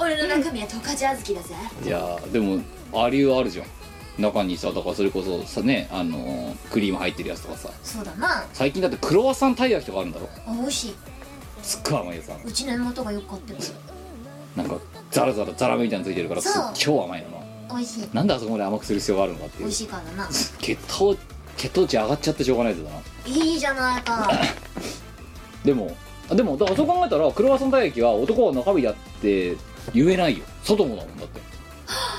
俺の中身は十勝あずきだぜ
いやーでもありゅうあるじゃん中にさだからそれこそさねあのークリーム入ってるやつとかさ
そうだな
最近だってクロワッサンたい焼きとかあるんだろ
あ美味しい
すっごい甘いやつなの
うちの妹がよく買ってる
なんかザラザラザラメみたいなのついてるからす
そ
っ
う
超甘いのな
美味しい
なんであそこまで甘くする必要があるのかって
美
いう
味しいからな
血糖血糖値上がっちゃってしょうがないやつだない
いじゃないか
でもあでもだからそう考えたらクロワッサンたい焼きは男は中身だって言えないよ外もだもんだって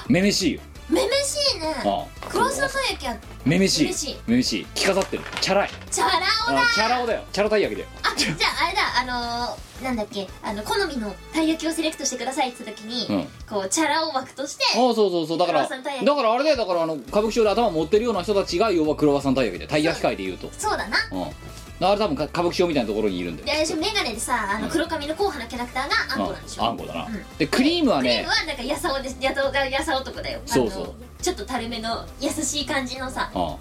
めめしいよ
めめしいね
ああ
クロスたい焼きは
めめしい
めめしい
めめしい着飾ってるチャラい
チャラ男だ
あチャラ男だよチャラたい焼きだよ
あじゃああれだあのー、なんだっけあの好みのたい焼きをセレクトしてくださいって言った時に、
うん
こうチャラ男枠として
ああそうそうそうだからだ
クロワッサンたい焼き
からあれだよだからあの歌舞伎町で頭持ってるような人たちが要はクロワッサンたい焼きでたい焼き界で言うと
そうだな
うんあれ多分か歌舞伎町みたいなところにいるんだ
で
よ
私メガネでさあの黒髪の硬派なキャラクターがあんこなんでしょ
あんこだな、
うん
でクリームは
クリー
ね
ムはなんかやさおですやさおがやさ男だよ
そうそう
あのちょっと垂れ目の優しい感じのさ
あ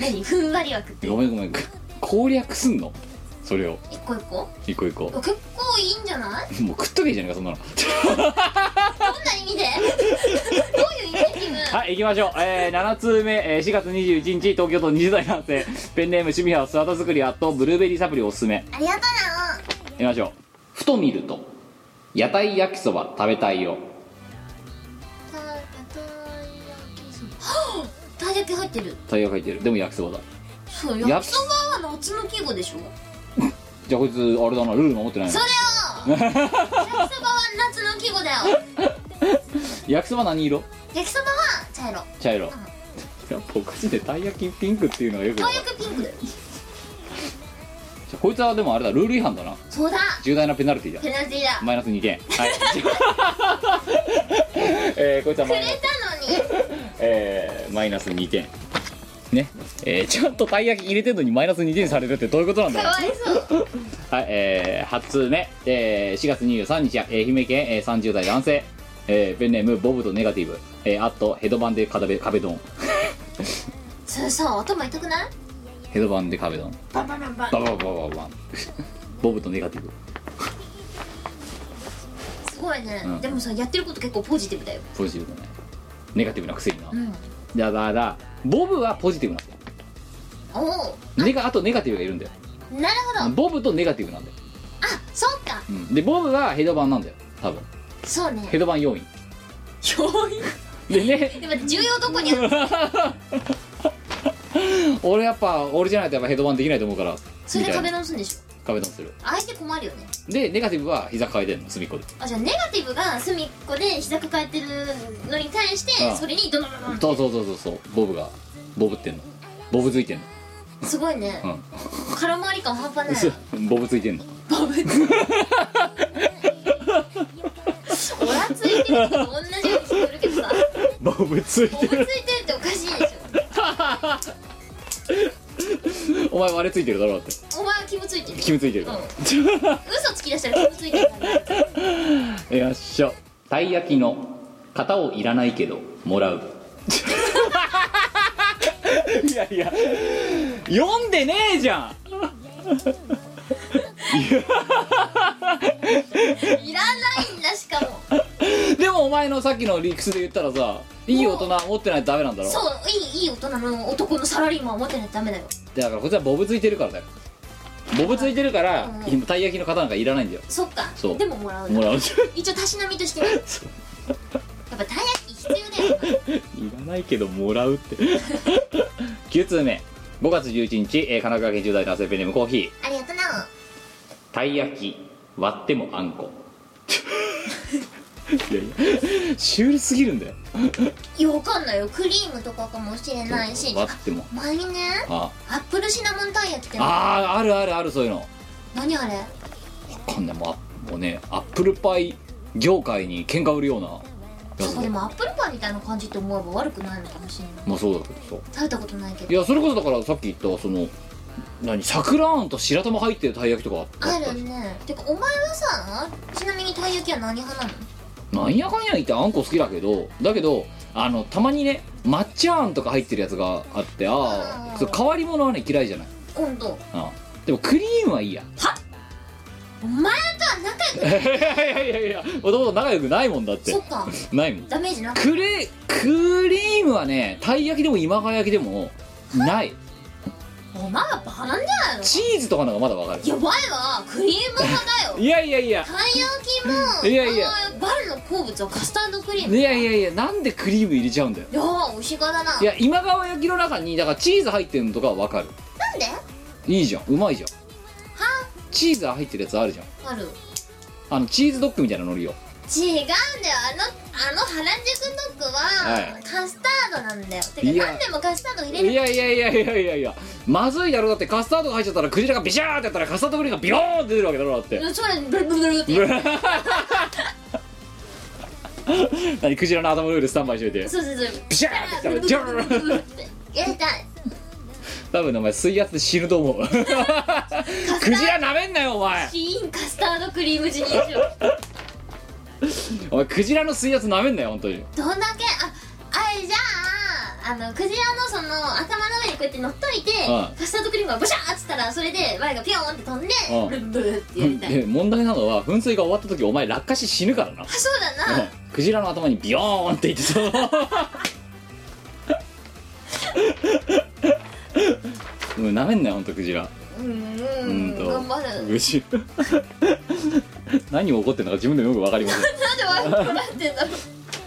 何ふんわり枠って
ごめんごめん攻略すんのそれを
一個一個
一個一個も
結構いいんじゃないう
食っとけじゃねえかそんなの
どんな意味で *laughs* どういう意味気
*laughs*
分
はい行きましょう、えー、7通目、えー、4月21日東京都20代男性ペンネーム趣味は素肌作りあとブルーベリーサプリおすすめ
ありがと
行きましょうふと見ると屋台焼きそば食べたいよ
うなたたい焼きそばはぁたい焼き入ってる
タイヤ書いてるでも焼きそばだ
そう
焼
焼
き
きそばは夏の季語でしょ
じゃあこいつあれだなルール守ってない
そ
な
れを焼きそばは夏の季語だよ
焼きそば何色
焼きそばは茶色
茶色やっぱおかしいねたい焼きピンクっていうのがよく
た
わか
い
る
焼きピンクだよ
じゃあこいつはでもあれだルール違反だな
そうだ
重大なペナルティだ
ペナルティだ
マイナス2点はい *laughs* えー、こいつは
く
マイ
れ
ナス、
たのに
えーマイナス2点ねえーちゃんとたい焼き入れてるのにマイナス2点されるってどういうことなんだ
か
ろう
わいそう
はい、えー、8通目、えー、4月23日、えー、愛媛県、えー、30代男性、えー、ペンネームボブとネガティブ、えー、あとヘドバンで壁壁ドン
それさ頭痛くない
ヘドバンで壁ドン
バンバンバンバン
ババババババン *laughs* ボブとネガティブ
すごいね、
うん
でもさやってること結構ポジティブだよ
ポジティブだねネガティブなくせにな、
うん
だからボブはポジティブなんだよ
おお
ネガあとネガティブがいるんだよ
なるほどあ
ボブとネガティブなんだよ、
そっか
うん、でボブはヘドバンなんだよ多分
そうね
ヘドバン要員
教員
でね *laughs*
でも重要どこにある
俺やっぱ俺じゃないとやっぱヘドバンできないと思うから
それで
みたい
壁
な
直すんでしょ
壁ドンする
相手困るよね
でネガティブは膝変えてんの隅っこで
あじゃあネガティブが隅っこで膝抱えてるのに対して、
うん
それにドドドドン
そうそうそうそうそうボブがボブってんのボブついてんの
すごいね、
うん
空回り感半端ない
嘘 *laughs* ボブついてんの
バブっておらついてると同じように聞こえるけどさ
ボブつい
おぶついてるっておかしいでし
お前あれついてるだろだって
ょお前は気もついてる
君ついてる
う
か
ん
ら、
嘘つき出したら気もついてるからね
よいしょたい焼きの型をいらないけどもらう *laughs* いやいや読んでねえじゃん
いらないんだしかも
でもお前のさっきの理屈で言ったらさいい大人は持ってないとダメなんだろ
そういいいい大人の男のサラリーマンを持ってないとダメだよ
だからこっちはボブついてるからだよボブついてるから
うん
今たい焼きの型なんかいらないんだよ
そっか
そう
でももらう
も
よ
らうじゃん
一応たしなみ
*laughs*
としてねやっぱたい焼き必要だよ
いらないけどもらうって *laughs* 9通目5月11日、えー神奈川県10代男性ペンネームコーヒー
ありがとな
たい焼き割ってもあん
*laughs*
こいやいやシュールすぎるんだよ
いやわかんないよクリームとかかもしれないし
割っても
前にね
あ
アップルシナモンたい焼きって
ああーあるあるあるそういうの
何あれ
こんなもうあもうねアップルパイ業界に喧嘩売るようなや
そ
つ
こでもアップルパイみたいな感じって思えば悪くないのかもしれない
まあそうだけどさ
食べたことないけ
い
ど
やそれこそだからさっき言ったその何桜あんと白玉入ってるたい焼きとかあ
あ
った
る
し
ねてかお前はさちなみにたい焼きは何派なの
なんやかんや言ってあんこ好きだけどだけどあのたまにね抹茶あんとか入ってるやつがあってあ
あ
あ
ー
そう変わり者はね嫌いじゃない
今度
ああでもクリームはいいや
お前とは仲良く
*laughs* いやいやいやもともと仲良くないもんだって
そっか
ないもん
ダメージなく
クレクリームはねたい焼きでも今川焼きでもない
お前はバカなんだよ
チーズとかなんかまだわかる
やばいわクリーム派だ
*laughs*
よ
いやいやいや
たい焼きも
いやいや
あのバルの好物はカスタードクリー
い
ムい
やいやいやなんでクリーム入れちゃうんだよ
やー美味しがだない
や今川焼きの中にだからチーズ入ってるのとかはわかる
なんで
いいじゃんうまいじゃんチーズが入ってるやつあるじゃん
ある
あのチーズドッグみたいなのりよ
違うんだよあのあの原宿ドッグ
は
はいカスタードなんだよて
い
か
や
何でもカスタード入れ
い
る
やいやいやいやいやいやまずいだろだってカスタードが入っちゃったらクジラがビシャーってやったらカスタードクリームがビローンって出るわけだろだ
*laughs*
って *laughs*
それブルブルブルって
何クジラの頭の上でスタンバイしとい
*laughs*
て
そうそうそう
ビシャーってやったらジャーン
やりたい
多分ねお前水圧で死ぬと
*laughs*
思うクジラなめんなよお前
シーンカスタードクリームジニーしよう
お前クジラの水圧なめんなよ本当に
どんだけああれじゃああのクジラのその頭の上にこうやって乗っといて、
うん
カスタードクリームがブシャーっつったらそれでワイがピョーンって飛んで、
うん
ブルブルってやりたい、
で問題なのは噴水が終わった時お前落下して死ぬから
*laughs*
な
あそうだな、
うんクジラの頭にビヨーンっていって *laughs* そのうんなめんなよほんとクジラ
うん、
う
うんん
と
頑張る
クジラ *laughs* 何を起こってるのか自分でもよくわかりません
なんでワイが笑ってんだろう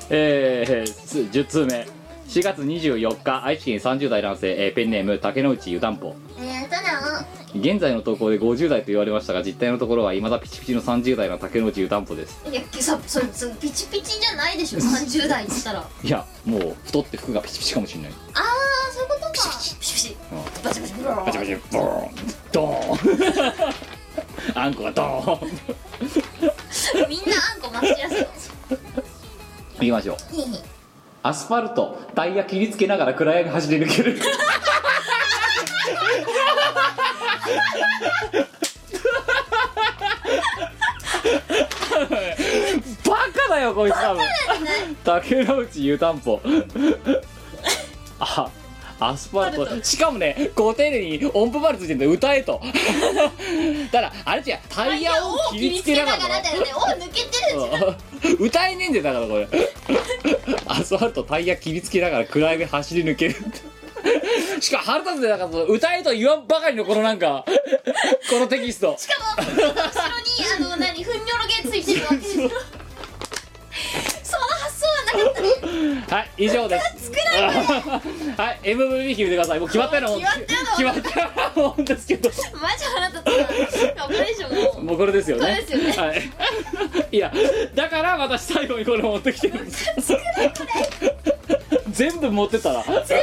えー、10通目4月24日愛知県30代男性、えーペンネーム竹之内湯たんぽ
えー、ただ
現在の投稿で50代と言われましたが実態のところはいまだピチピチの30代の竹之内湯たんぽです
いやさそれそれピチピチじゃないでしょ30代って
*laughs*
言ったらあ
いやもう太って服がピチピチかもしれない
あそういうことかピチピチピチピチバチバチブロー
バチバチボーンドーン *laughs* あんこがドーン *laughs*
みんなあんこまっしやすい
行きましょうアスファルトタイヤ切りつけながら暗闇走り抜けるバカだよこいつ多分竹之内湯たんぽあアスファルトしかもねご丁寧に音符丸ついてるんで歌えとただあれ違うタイヤを切りつけながら
だよねお抜けてるじゃん
うん歌えねえんだよだからこれアスファルトタイヤ切りつけながら暗闇走り抜けるってしかも腹立つんだよなんかその歌えと言わんばかりのこのなんかこのテキスト
しかも後ろにあの何ふんにょろ *laughs* げついてるわけですよその発想はなかったね
はい以上ですはい MVP 決めてくださいもう決まったようなもん決ま
決ま
っ
った
ようなもんですけど
マジ腹立ったこれでしょもう
もうこれですよね
これですよね
はいいやだから私最後にこれ持ってきてるんです全部持ってたら
全部持ってっ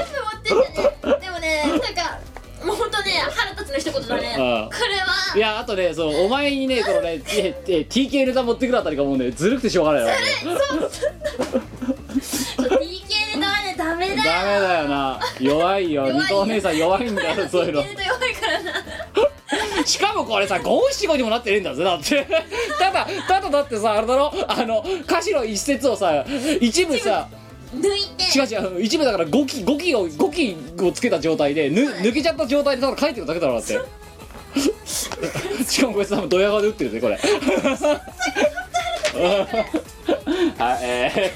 たねでもねなんかもうほんとね腹立つの一言だね
ああ
これはい
やあとねそのお前にねこのねええ TK ネタ持ってくるあたりがもうねずるくてしょうがないわ
ちょっと TK ネタはねダメだよ
ダメだよな弱いよ
弱い
二
よ
藤お姉さん弱いんだ *laughs* よそういうの
TK ネタ弱いからな
しかもこれさ五七五にもなってねえんだぜだってただただだってさあれだろあの歌詞の一節をさ一部さ
抜いて
違う違う一部だから5期5期を5期をつけた状態でぬ抜けちゃった状態でただ書いてるだけだろだってしかもこいつ多分ドヤ顔で打ってるぜこれはいえ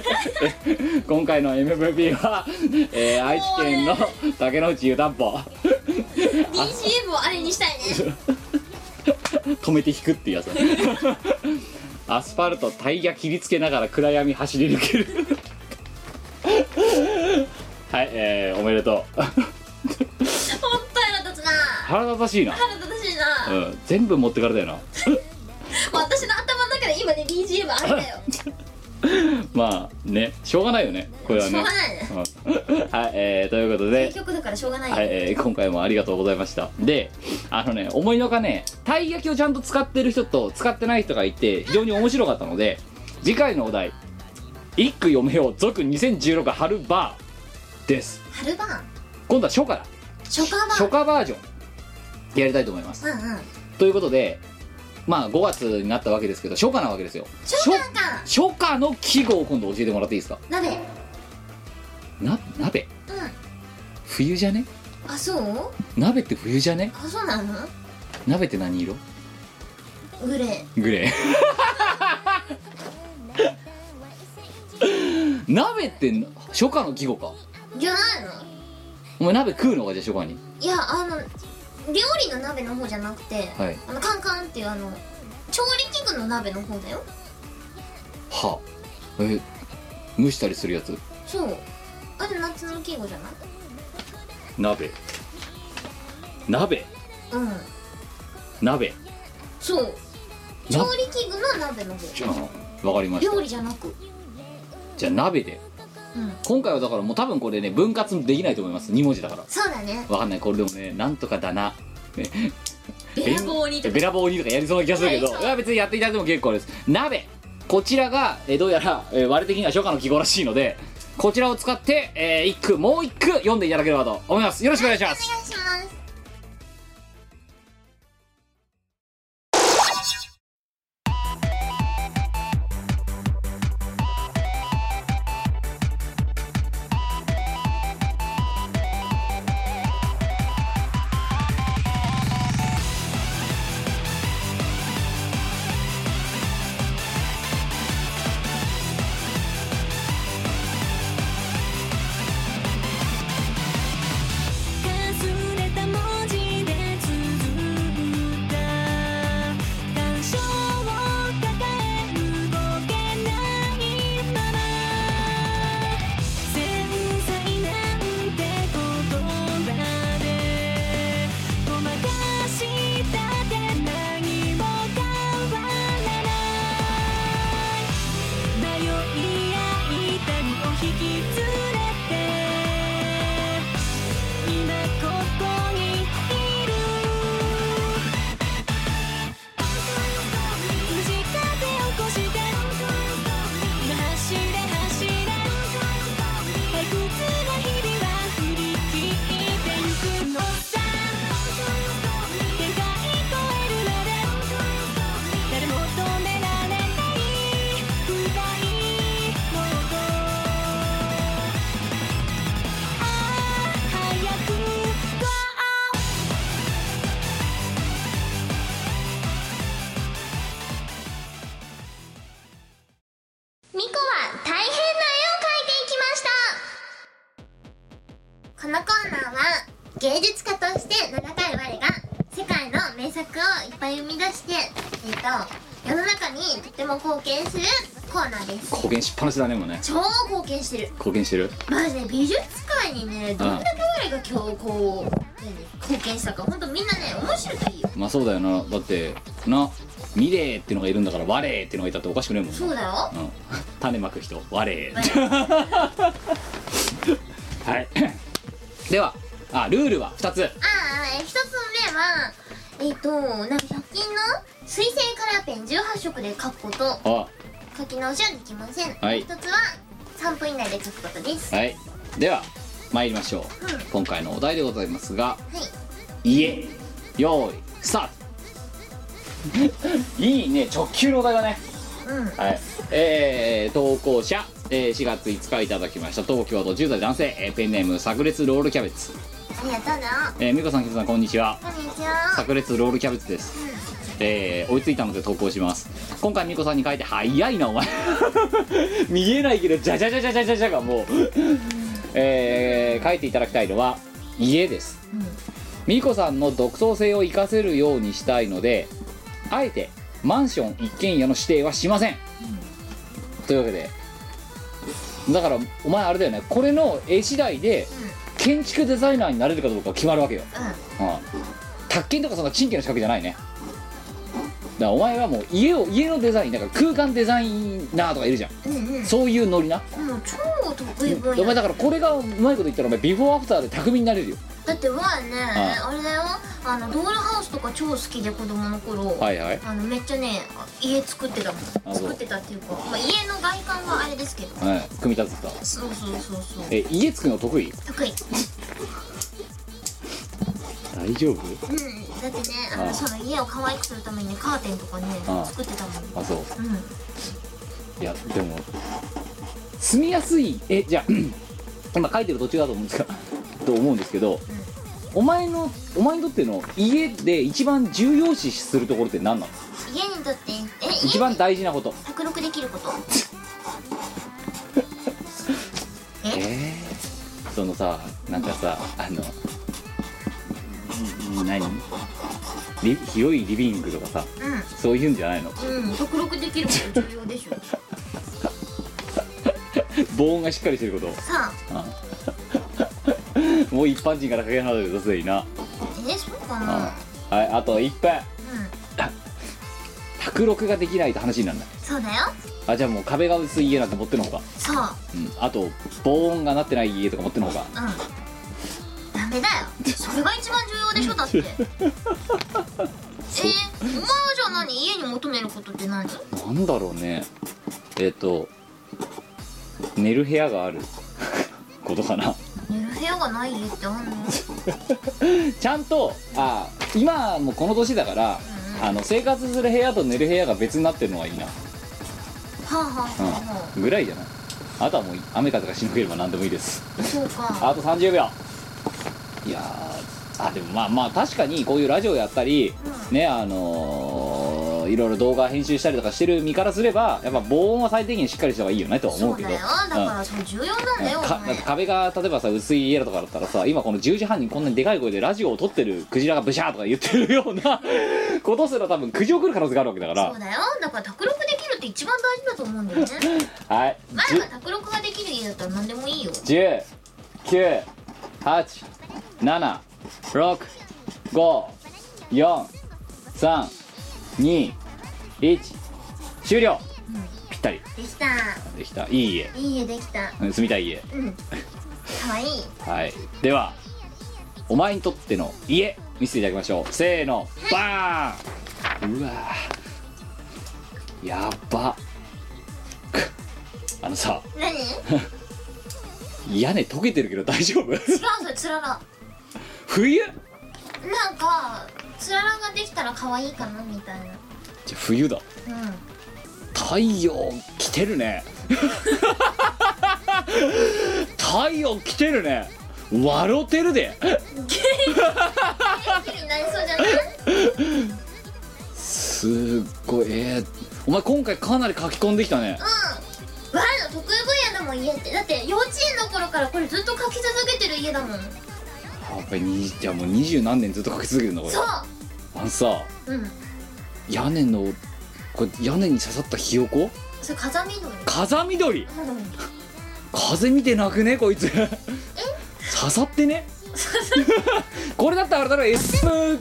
ー今回の MVP は、えー愛知県の竹之内湯たんぽ
BGM をあれにしたいね
止めて引くっていうやつアスファルトタイヤ切りつけながら暗闇走り抜けるはいえー、おめでとう
ほんと腹立つな
腹立たしいな
腹立たしいな、
うん、全部持ってからだよな
もう私の頭の中で今ね BGM あれだよ
まあねしょうがないよねこれは
しょう
ね
がないね
うん *laughs* はい、えー、ということで
結、局だからしょうがないよ、
はいえー今回もありがとうございましたであのね思いのほかねたい焼きをちゃんと使ってる人と使ってない人がいて非常に面白かったので次回のお題「一句読めよう続2016春バー」です
春晩
今度は初夏だ
初夏
初
は
夏バージョンやりたいと思います
うんうん
ということでまあ5月になったわけですけど初夏なわけですよ
初夏か
初初夏の季語を今度教えてもらっていいですか
鍋うん
な鍋冬じゃね
あそう
鍋って冬じゃね
あそうなの
鍋って何色
グレー
グレー *laughs* 鍋って初夏の季語か
じゃないの
お前鍋食うのかじゃあ初夏に
いやあの料理の鍋の方じゃなくて、
はい
あのカンカンっていうあの調理器具の鍋の方だよ
はあえ蒸したりするやつ
そうあれ夏の季語じゃない
鍋鍋
うん
鍋
そう
な
調理器具の鍋の方
じゃあわかりました
料理じゃなく
じゃあ鍋で
うん
今回はだからもう多分これね分割できないと思います2文字だから
そうだね
わかんないこれでもねなんとかだな
べらぼうにとか
べらぼうにとかやりそうな気がするけど
やりそう
いや別にやっていただいても結構です鍋こちらが、えーどうやら、えー我的には初夏の記号らしいのでこちらを使って、えー一句もう一句読んでいただければと思いますよろしくお願いします
お願いします
「かすかに
ミコは大変な絵を描いていきましたこのコーナーは芸術家として名高い我が世界の名作をいっぱい生み出して、えっと世の中にとても貢献するコーナーです
貢献しっぱなしだねもうね
超貢献してる
貢献してる
マジで美術界にねどんだけ我が今日こう、何貢献したか本当みんなね面白いといいよ
まあそうだよなだってなミレーってのがいるんだから我ーってのがいたっておかしくねえもんな
そうだよ
うん、 *laughs* 種まく人我 *laughs* はいではあルールは2つ
ああ一つ目はえっ、となんか100均の水性カラーペン18色で描くこと
あ
書き直しはできません、
はい
一つは3分以内で書くことです、
はいでは参りましょう、
うん
今回のお題でございますが
はい
「家」用意スタート *laughs* いいね直球のお題だね
うん
はい、えー、投稿者、えー4月5日いただきました東京都10代男性、えーペンネーム炸裂ロールキャベツ、
ありがとうな
えー、美子さんキムさんこんにちは
こんにちは
炸裂ロールキャベツです、えー追いついたので投稿します今回みこさんに書いて早いなお前 *laughs* 見えないけどじゃじゃじゃじゃじゃじゃじゃがもう、えー書いていただきたいのは家です、みこさんの独創性を生かせるようにしたいのであえてマンション一軒家の指定はしません、というわけでだからお前あれだよねこれの絵次第で建築デザイナーになれるかどうか決まるわけよ、うん、宅建とかそんな賃金の資格じゃないねだからお前はもう家を家のデザインだから空間デザイナーとかいるじゃん、そういうノリな、
もう超得意分
お前
野
だからこれがうまいこと言ったらお前ビフォーアフターで巧みになれるよ
だってわあね
あ
あれだよあのドールハウスとか超好きで子供の頃、
はいはい
あのめっちゃね家作ってたも
あ
ん
そう
作ってたっていうか、まあ、家の外観はあれですけど
はい組み立てた
そうそうそうそう
え家作るの得意
得意
大丈夫
うんだってねあ
あ
の
あ
その家を可愛くするためにねカーテンとかね
ああ
作ってたもん
あそう
うん
いやでも住みやすいえじゃあ *clears throat* 今書いてる途中だと思うんですが *laughs* と思うんですけど、お前のお前にとっての家で一番重要視するところって何なの
家にとってえ
一
家
番
に
大事なこと
卓録できること
えー、そのさなんかさあのんん何リ広いリビングとかさ
う
そういうんじゃないの
んうん卓録できること重要
*laughs*
でしょさ
防音がしっかりしてること
あ
もう一般人からかけ離れてるとすでにな、
えそうかな
はいあと1分
うん
卓録ができないと話になるんだ
そうだよ
あじゃあもう壁が薄い家なんて持ってのほか、
そう
うん、あと防音がなってない家とか持ってのほか
うんダメだよそれが一番重要でしょだってえー、お前はじゃあ何家に求めることって何
なんだろうねえっ、と寝る部屋があることかな
寝る部屋がない家ってあんの
ちゃんとあ今もこの年だから、
うん
あの生活する部屋と寝る部屋が別になってるのはいいな、
はあはあはあは
うん、ぐらいじゃないあとはもう雨風がしのげれば何でもいいです
あそうか
あと30秒いやーあでもまあまあ確かにこういうラジオやったり、ねあのーいろいろ動画編集したりとかしてる身からすればやっぱ防音は最低限しっかりした方がいいよねとは
そ
思
う
う
だ
け
よ
ど
だからそれ重要なんだよお
かだ
前
って壁が例えばさ薄い家とかだったらさ今この10時半にこんなにでかい声でラジオを撮ってるクジラがブシャーとか言ってるような *laughs* ことすら多分苦情来る可能性があるわけだか
そう
ら
だよだから卓録できるって一番大事だと思うん
*laughs*
だよね
はい
前が卓録ができる家だったら何でもいいよ
10987654321終了、ぴったり
できた
できたいい家
いい家できた
うん住みたい家
うんかわいい
はいではお前にとっての家見せていただきましょうせーのバーンうわーやっばくあのさ
何違う
屋根溶けてるけど大丈夫 *laughs*
それつらら
冬
なんかつららができたら可愛いかなみたいな
じゃ冬だ
うん
太陽来てるね *laughs* 太陽来てるね笑うてるで
元気になりそうじゃない
すっごいえーお前今回かなり書き込んできたね
だもん家ってだって幼稚園の頃からこれずっと書き続けてる家だもん
あやっぱりにじゃあもう二十何年ずっとかけ続けてんだこれ
そ
あのさ
ううん
屋根のこれ屋根に刺さったひよこ
それ風見のよ
風緑
うん
風見てなくねこいつ刺さってね *laughs* これだったらあれだろ S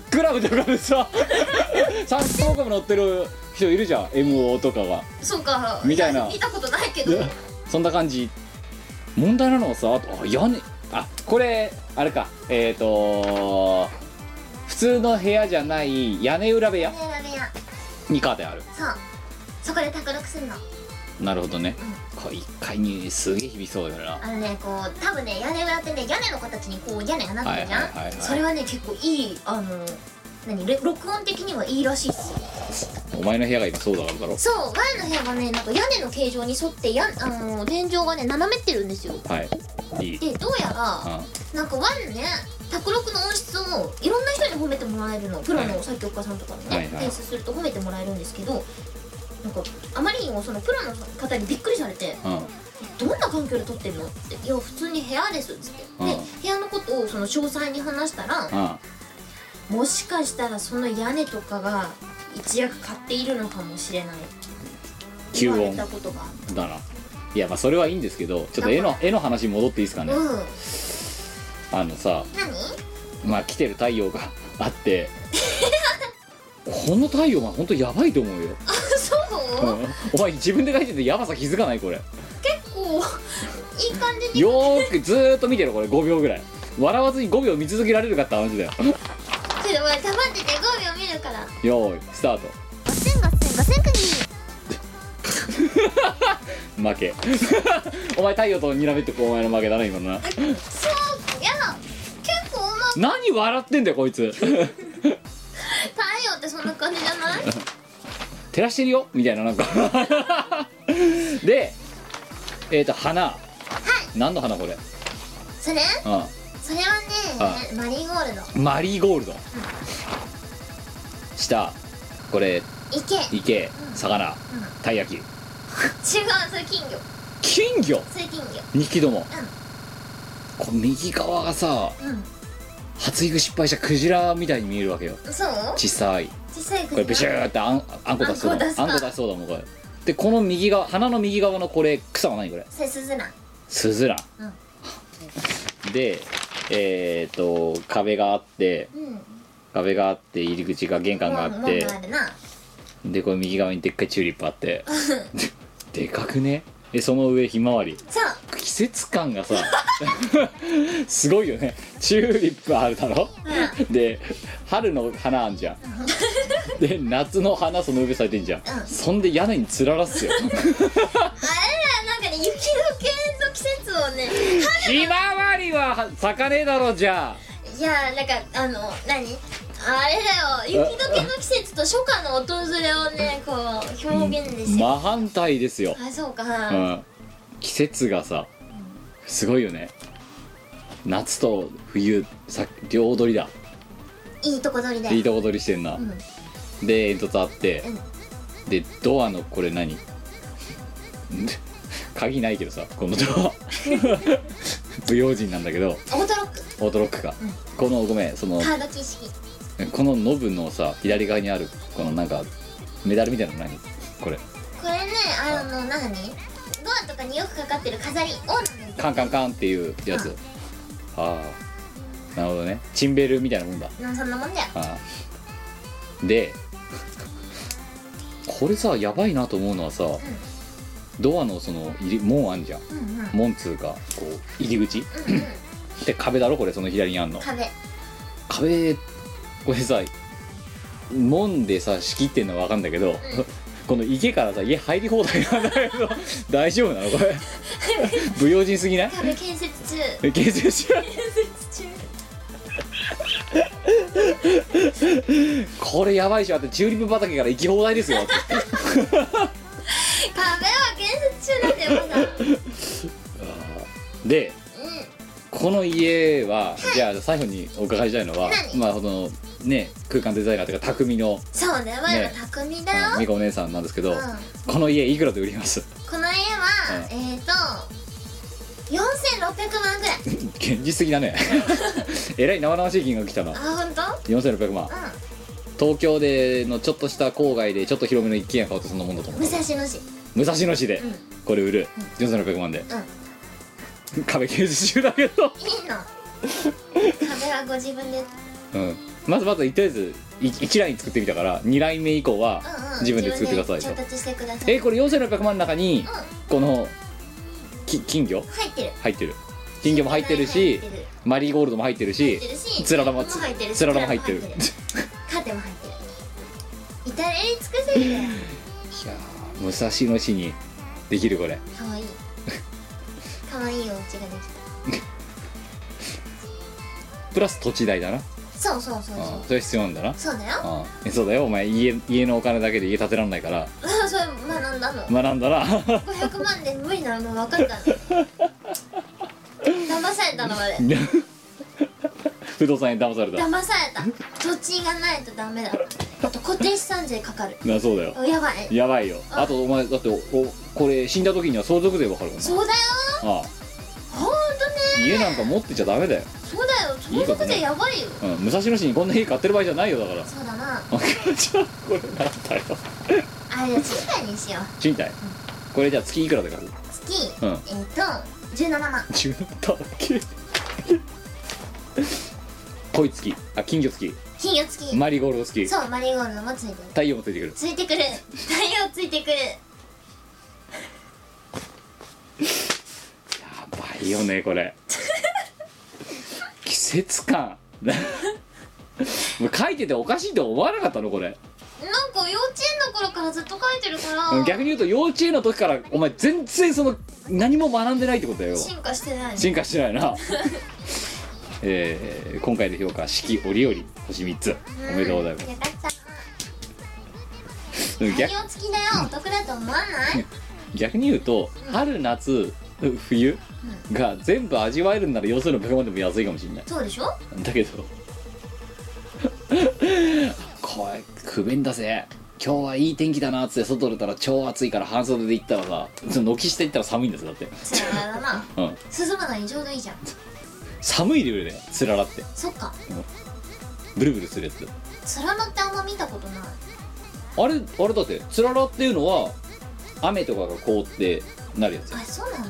クラブとかで *laughs* さサンスポーカム乗ってる人いるじゃん MO とかが
そうか
みたいな
見たことないけど
でそんな感じ問題なのはさあとあ屋根あこれあれかえっ、ー、と普通の部屋じゃない屋根裏部屋
ねえラメや
にカーテンある
そうそこで卓録すんの
なるほどね、これ1階にすげえ響きそうだよな
あのねこう多分ね屋根裏ってね屋根の形にこう屋根がなってるじゃん、
はいはいはいはい
それはね結構いいあの何レ録音的にはいいらしいっすよ
お前の部屋が今そうだからだろ
そう前の部屋がねなんか屋根の形状に沿ってやあの天井がね斜めってるんですよ
はいいい
でどうやら
う
なんかワンね卓録の音質をいろんな人に褒めてもらえるのプロ
は
の
い
作曲家さんとかに
はい
ね
はい
提出すると褒めてもらえるんですけどなんかあまりにもそのプロの方にびっくりされて
んうん
どんな環境で撮ってんのって「いや普通に部屋です」っつって、
うん
で部屋のことをその詳細に話したら、
うん
もしかしたらその屋根とかが一役買っているのかもしれない
吸
言われ
音
たことがあっ
だないやまあそれはいいんですけどちょっと絵の絵の話戻っていいですか
た
ね
うん
あのさ
何 *laughs*
まあ来てる太陽があってこの太陽は本当やばいと思うよ、
あそう、
うんお前自分で描いててやばさ気づかないこれ
結構いい感じに
よーくずーっと見てろこれ5秒ぐらい笑わずに5秒見続けられるかって話だよ
けど俺黙ってて5秒見るから
よーいスタート
ガセンガセンガセンクギ
負けお前太陽とにらめってこうお前の負けだな今のな
そういや結構うまく
何笑ってんだよこいつ
太陽ってそんな感じじゃない
照らしてるよみたいななんかでえっ、と花、何の花これ、
そ
う
れそれはねマリーゴールド
ん、マリーゴールド下これ
池違う
池魚たい焼き
それ金魚
金魚
それ金魚
2匹ども、こう右側がさ
う
発育失敗したクジラみたいに見えるわけよ
んそう
小さい
小さい
これビシューってあんあんこ出しそうだあ
あ
んこ
んこ出すか
出しそうだもんこれでこの右側花の右側のこれ草は何これ
それスズラン
スズラ
う
ンでえっ、と壁があって
うん
壁があって入り口が玄関があ
もう
っ
もう
て
あるな
でこれ右側にでっかいチューリップあってでかくねでその上ひまわり
そう
季節感がさ *laughs* すごいよねチューリップあるだろで春の花あんじゃんで夏の花その上咲いてんじゃん、
うん
そんで屋根につららっすよ
あれだよなんかね雪の系の季節を
*laughs*
ね
ひまわりは咲かねえだろじゃあ
いやーなんかあの何あれだよ雪解けの季節と初夏の訪れをねこう表現ですよ、
真反対ですよ、
あそうか、
う
うん、
ん、季節がさすごいよね夏と冬さ両取りだ
いいとこ取りだよ
いいとこ取りしてんな、
ん
で煙突あって、でドアのこれ何ん *laughs* 鍵ないけどさこのド *laughs* ア不用心なんだけど
オートロック
オートロックか、このごめんその
カード形式
このノブのさ左側にあるこのなんかメダルみたいなの何これ
これねあの何ドアとかによくかかってる飾りオーナメン
カンカンカンっていうやつああなるほどねチンベルみたいなもんだ
トなんそんなもんだよ
ああでこれさやばいなと思うのはさ、ドアのその入り門あんじゃん
うんうん
門通かこう入り口、で壁だろこれその左にあんの
壁
壁これさ門でさ仕切ってんのは分かんだけど、 *laughs* この池からさ家入り放題なんだけど大丈夫なのこ *laughs* れ不用心すぎない
壁建設中
え建設しこれやばいっしょだってチューリップ畑から行き放題ですよだって
*laughs* 壁は建設中なんだよまだ
で
うん
この家はじゃあ最後にお伺いしたいのは
何
まあこのね空間デザイナーというか匠の
そうね我ら匠だよ、
美香お姉さんなんですけど、
うん
この家いくらで売ります
この絵は、えっ、ー、と4600万ぐらい
現実的だ
*laughs*
ねえらい生々しい金額来たな
あ本当？
4600万
う
東京でのちょっとした郊外でちょっと広めの一軒家買うとそんなもんだと思
ん
う
武蔵野市
武蔵野市で
うん
これ売る4600万で
う
壁建設中だけど
んいいの壁はご自分でうん
うんまずまずとりあえず1ライン作ってみたから2ライン目以降は
うん
自分で作ってください
自
と
分で調達してください
えこれ4600万の中に
う
このき金魚
ん入ってる
入ってる金魚も入ってる
入っ
して
る
マリーゴールドも入ってるし
入ってるし
つららも
も入ってるし
つららも入ってるい
つ
や
ららも入ってカーテンも入ってる至れり尽くせりだよ
ー武蔵野市にできるこれ
かわいいかわいいお家ができ
プラス土地代だな
たそうそうそう
あ
そ
あそれ必要なんだな
うそうだよ
ああそうだよお前家家のお金だけで家建てらんないから
それ学んだの
学んだな
*laughs* 500万で無理なのも分かったの騙されたのまで
不動産に騙された
騙された土地がないとダメだあと固定資産税かかる
なそうだよ
やばい
やばいよ
あ
あとお前だっておおこれ死んだ時には相続税わかるもんな
そうだよ
ああ
ほんとね
家なんか持ってちゃダメだよ、
そうだよ相続税やばいよ
うん、武蔵野市にこんな家買ってる場合じゃないよだから
そうだな
じゃあこれなんだよ
あれだ賃貸にしよう
賃貸これじゃあ月いくらで買う
月、
うん
えっ、と17万
自分だけ恋月あ金魚月
金魚付き、
マリーゴールド月
そうマリーゴールドもついてる
太陽もついてくる
ついてくる太陽ついてくる
やばいよねこ
*laughs*
れ季節感 *laughs* もう書いてておかしいと思わなかったのこれ
なんか幼稚園の頃からずっと書いてるから
逆に言うと幼稚園の時からお前全然その何も学んでないってことだよ
進化してない
進化してないなえー今回の評価四季折々星3つおめでとうございます
よかった
でも
太
逆
陽付きだよお得だと思わない
逆に言うと春夏冬が全部味わえるんなら要するに600万でも安いかもしれない
そうでしょ
だけど *laughs* これ不便だぜ今日はいい天気だなっつって外出たら超暑いから半袖で行ったらさその軒下行ったら寒いんですよだって、
つららだな
うん、
涼むのにちょうどいいじゃん
寒いレベルだよつららって
そっか
ブルブルするやつ
つららってあんま見たことない
あれあれだってつららっていうのは雨とかが凍ってなるやつ
あそうなの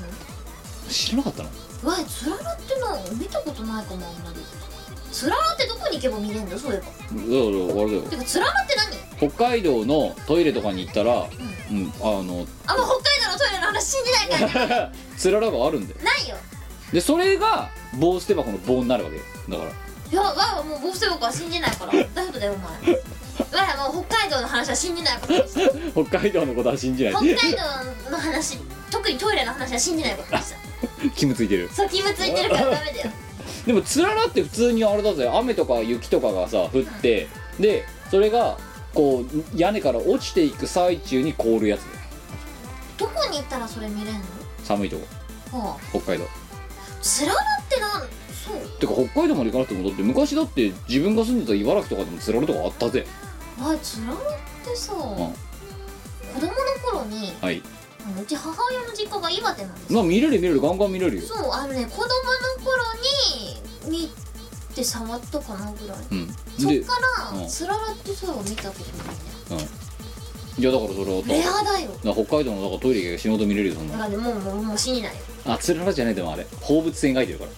知らなかったの
うわつららっての見たことないかもあんまりつららってどこに行けば見れんのそういえ
だ
ば
からあれだよ
てかつららって何
北海道のトイレとかに行ったら、うん、あの *laughs*
あんま北海道のトイレの話信じないからね
つららがあるんだよ
ないよ
でそれが棒捨て箱の棒になるわけよだから
いやわいはもう防水箱は信じないから大丈夫だよお前わいはもう北海道の話は信じないことにして
北海道のことは信じない
北海
*laughs*
道の話特にトイレの話は信じないことにした
キムついてる
そう義務ついてるからダメだよ
でもつららって普通にあれだぜ雨とか雪とかがさ降ってでそれがこう屋根から落ちていく最中に凍るやつだよ
どこに行ったらそれ見れんの
寒いとこ
はあ
北海道
つららってなんそう
てか北海道まで行かなくてもだって昔だって自分が住んでた茨城とかでもつららとかあったぜ
あつららってさ、
ん
子供の頃に
はい
あのうち母親の実家が岩手なんですよ
まあ見れる見れるガンガン見れるよ
そうあのね子供の頃に見て触ったかなぐらい
うん
そっ
で
から、
うん
つららってそう見たことない
いやだからそれは
ねレアだよ
な北海道のだからトイレが死ぬほど見れるよそん
だ
な
からねもうもうもう信じないよ
あつららじゃないでもあれ放物線描いてるから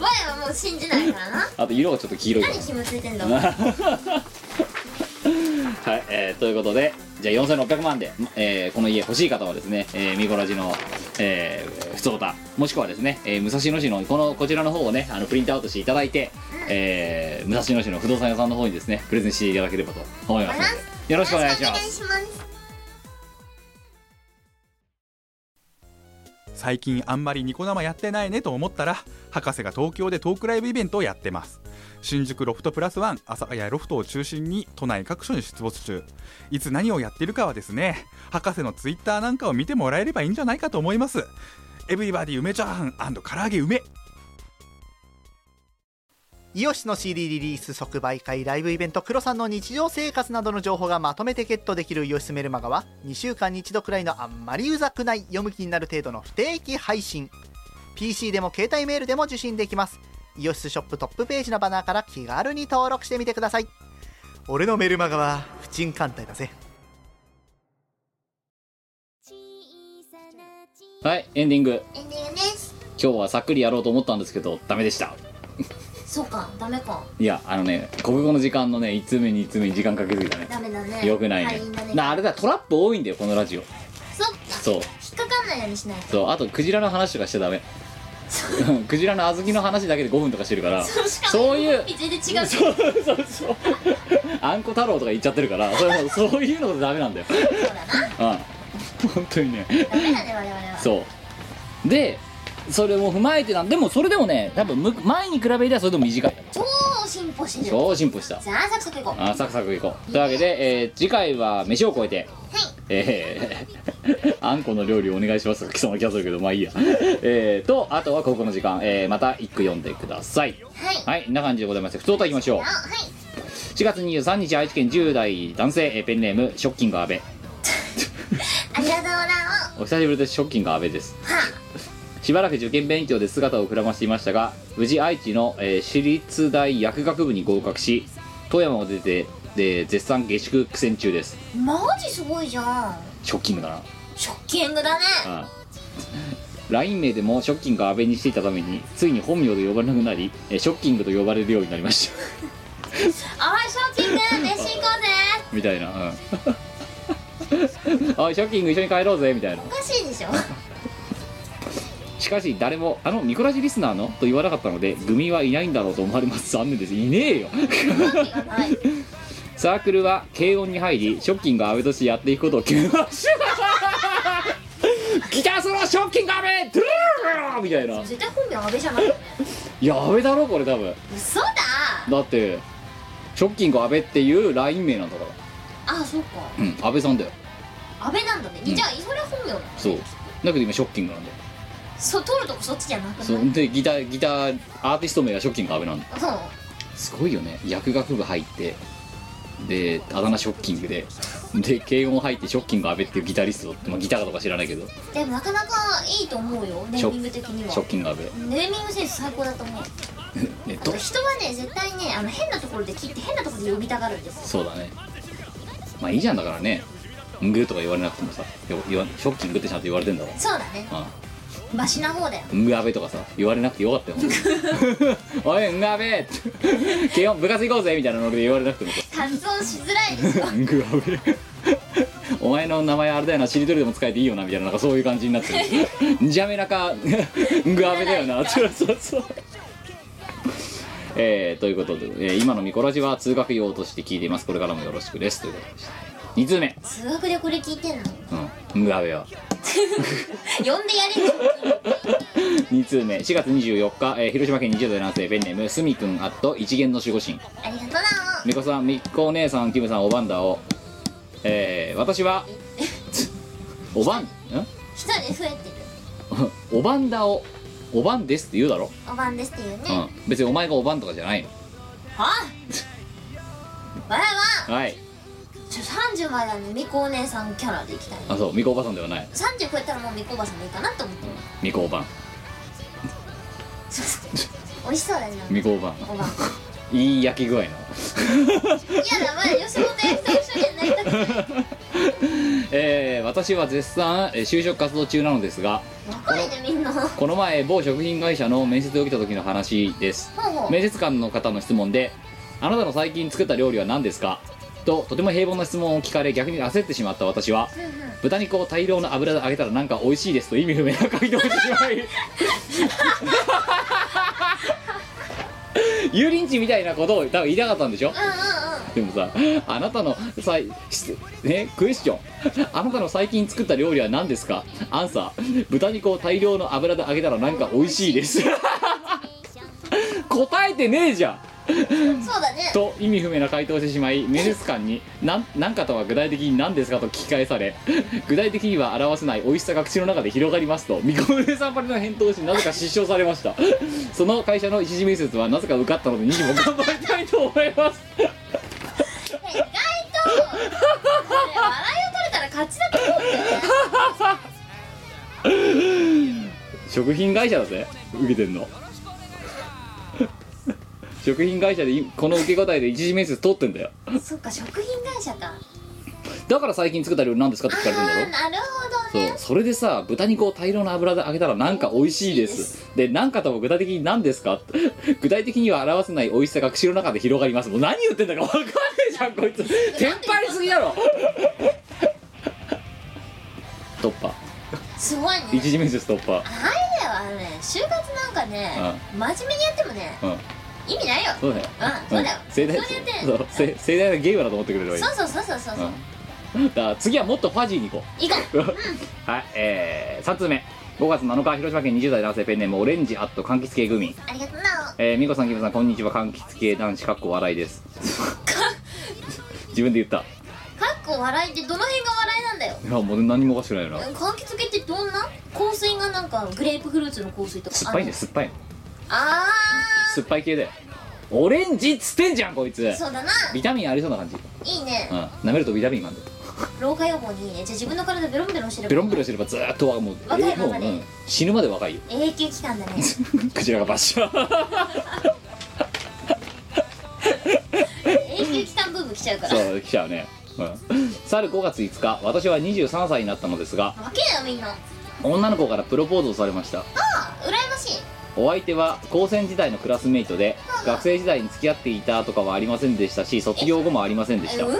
我はもう信じないからな
あと色がちょっと *laughs* 黄色いから
何紐ついてんだ
はい、えーということでじゃあ4600万で、えーこの家欲しい方はですね、えー、ミコラジの、えー、普通歌もしくはですね、えー武蔵野市のこのこちらの方をねあのプリントアウトしていただいて、えー武蔵野市の不動産屋さんの方にですねプレゼンしていただければと思いますのでよろしくお願いします
します
最近あんまりニコ生やってないねと思ったら博士が東京でトークライブイベントをやってます新宿ロフトプラスワン朝早ロフトを中心に都内各所に出没中いつ何をやっているかはですね博士のツイッターなんかを見てもらえればいいんじゃないかと思いますエブリバディ梅チャーハン唐揚げ梅
イオシスの CD リリース即売会ライブイベントクロさんの日常生活などの情報がまとめてゲットできるイオシスメルマガは2週間に1度くらいのあんまりうざくない読む気になる程度の不定期配信 PC でも携帯メールでも受信できますイオシスショップトップページのバナーから気軽に登録してみてください俺のメルマガは不沈艦隊だぜ
はいエンディング
エンディングです
今日はさっくりやろうと思ったんですけどダメでした
そうかダメか
いやあのね国語の時間のね1通目2通目に時間かけすぎたね
ダメだね
よくないね
敗因だね
なあれだトラップ多いんだよこのラジオ
そっか
そう
引っかかんないようにしないと
そうあとクジラの話とかしちゃダメ *laughs* うんクジラの小豆の話だけで5分とかしてるから
そうしかも
そういう
全然違うし
そうそうそうあんこ太郎とか言っちゃってるからそれもそういうのダメなんだよ
そうだな
うん本当にね
ダメだね我々は
そうでそれも踏まえてなんでもそれでもね多分む前に比べりゃそれでも短い
超進歩してる
超進歩した
じゃあサクサクいこう
あーサクサクいこうというわけで、えー次回は飯を超えて
はい
えーあんこの料理お願いしますとか貴様キャスるけどまあいいやえーとあとはここの時間、えーまた一句読んでください
はい
はいんな感じでございまして普通歌いきましょう
あはい
4月23日愛知県10代男性えーペンネームショッキング阿部
ありがとうラオ
お久しぶりですショッキング阿部です
は
しばらく受験勉強で姿をくらましていましたが無事愛知の、えー私立大薬学部に合格し富山を出てで絶賛下宿苦戦中です
マジすごいじゃん
ショッキングだな
ショッキングだね
ああ LINE 名でもショッキング阿部にしていたためについに本名で呼ばれなくなりえーショッキングと呼ばれるようになりました
おいショッキング飯行こうぜ
みたいな、うん、おいショッキング一緒に帰ろうぜみたいな
おかしい
*laughs*
でしょ
しかし誰も「あのミコラジリスナーの?」と言わなかったのでグミはいないんだろうと思われます残念ですいねえよ
わけがない
サークルは軽音に入りショッキング阿部としてやっていくことを決めましたギターソロショッキング阿部ドゥルルルルみたいな
絶対本名安倍じゃないよね
いや阿部だろこれ多分
嘘だ
だってショッキング阿部っていう LINE 名なんだから
あそっか
うん安倍さんだよ
安倍なんだね、
うん
じゃあそれ本名なの
そうだけど今ショッキングなんだよ
そう取るとこそっちじゃなくない
そ
そう
うでギターギターアーティスト名がショッキング阿部なんだよ
そう
すごいよね薬学部入ってであだ名ショッキングでで慶音入ってショッキング阿部っていうギタリスト、まあ、ギターかとか知らないけど
でもなかなかいいと思うよネ
シ
ー
ョ
ミング的に
ショッ
は
キング阿部
ネーミングセンス最高だと思う
ね
あ
ど
と人はね絶対ねあの変なところで切って変なところで呼びたがるんです
そうだねまあいいじゃんだからねんぐとか言われなくてもさよ言わショッキングってちゃんと言われてんだろ
そうだね
あ
マシな方だよ
んぐ阿部とかさ言われなくてよかったよ *laughs* おいんぐ阿部って慶音部活行こうぜみたいなノリで言われなくてもさ
発音しづらい *laughs* ですよ
*laughs* ングアウェイお前の名前あれだよなしりとりでも使えていいよなみたいななんかそういう感じになってるんじゃめなかんぐあべだよなそうそうそうえー、ということで、えー今のミコラジは通学用として聞いていますこれからもよろしくですということでした2通目
数学でこれ聞いてんの
うんんぐあべは
呼んでやれる
2通目4月24日、えー広島県20代男性ペンネームすみくんあっと一元の守護神
ありがとう
みこさんみっこお姉さんキムさんおばんだをえー、私 *laughs* はおばんん
な一人増えてる
おばんだをおばんですって言うだろ、
おばんですっていう
う
ね
ん、別にお前がおばんとかじゃないの
はわいは
はい
ちょ30まではねみこお姉さんキャラでいきたい
あそうみこおばさんではない
30超えたらもうみこおばさんでいいかなと思ってる
みこおばん
美味しそうだね
みこおばん
おばん
いい焼き具合の
いやだまだ吉本焼きと一緒にはなりたくない
えー、私は絶賛えー就職活動中なのですが
若いねみんなほう
この前某食品会社の面接を受けた時の話です
ほう
面接官の方の質問で「あなたの最近作った料理は何ですか?」ととても平凡な質問を聞かれ逆に焦ってしまった私は
うんうん
豚肉を大量の油で揚げたらなんか美味しいですと意味不明な回答をしてしまい *laughs* 油淋鶏みたいなことを多分言いたかったんでしょでもさあなたのさいしねクエスチョンあなたの最近作った料理は何ですかアンサー豚肉を大量の油で揚げたらなんか美味しいです答えてねえじゃん
そうだね
と意味不明な回答をしてしまい面接官に何何かとは具体的に何ですかと聞き返され *laughs* 具体的には表せない美味しさが口の中で広がりますと見込みさんばりの返答をしなぜか失笑されました *laughs* その会社の一次面接はなぜか受かったので2次も頑張りたいと思います
意外とこれ笑いを取れたら勝ちだと思うんだよね
食品会社だぜ受けてんの *laughs* 食品会社でいこの受け答えで一次面接通ってんだよ
そっか食品会社か
だから最近作った料理何ですかって聞かれるんだろ
ああなるほど
そう
ね
それでさ豚肉を大量の油で揚げたらなんか美味しいですでなんかとも具体的に何ですか *laughs* 具体的には表せない美味しさが口の中で広がりますもう何言ってんだか分かんねえじゃんこいつテンパりすぎだろ突破
すごいね
一次面接突破
あれだよあのね就活なんかね、真面目にやってもね
うん
意味ないよ
そうだよ
うんそうだよ
盛大
そうやって
そうせ盛大なゲームだと思ってくれればいい
そうそうそうそうそうそう
うん、だから次はもっとファジーに行こう
行こう
*laughs* はい、えー、3通目5月7日広島県20代男性ペンネームオレンジハット柑橘系グミ
ありがとうな
えー、みこさんきむさんこんにちは柑橘系男子かっこ笑いです *laughs* 自分で言った
かっこ笑いってどの辺が笑いなんだよ
いやもう何もおかしくないよな
柑橘系ってどんな香水がなんかグレープフルーツの香水とか
酸っぱいね酸っぱい
あ
酸っぱい系だよオレンジっつってんじゃんこいつ
あそうだな
ビタミンありそうな感じ
いいね
うん舐めるとビタミンがあるんだよ
老化予防にいいねじゃあ自分の体ベロンベロンしてれば
ベロンベロンしてればずーっと若もう
若い
えーもう、
まま
う
で
ん、死ぬまで若いよ *laughs*
永久期間だね
クジラがバッシャー *laughs*
永久期間ブーム来ちゃうから
そう来ちゃうねうん、去る5月5日私は23歳になったのですが
わけだよみんな
女の子からプロポーズをされました
あ羨ましい
お相手は高専時代のクラスメイトで学生時代に付き合っていたとかはありませんでしたし卒業後もありませんでした
うん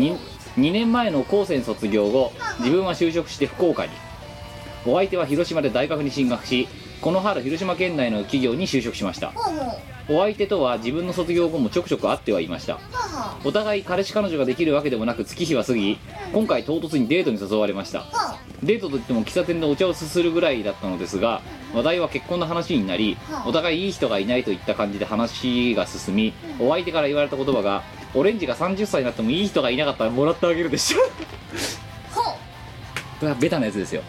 に 2, 年前の高専卒業後自分は就職して福岡にお相手は広島で大学に進学しこの春広島県内の企業に就職しました
ほうほうは
お相手とは自分の卒業後もちょくちょく会ってはいました
あは
お互い彼氏彼女ができるわけでもなく月日は過ぎ今回唐突にデートに誘われました
あは
デートといっても喫茶店でお茶をすするぐらいだったのですが話題は結婚の話になりお互いいい人がいないといった感じで話が進みお相手から言われた言葉が「オレンジが30歳になってもいい人がいなかったらもらってあげるでしょ」
あほ
これはベタなやつですよ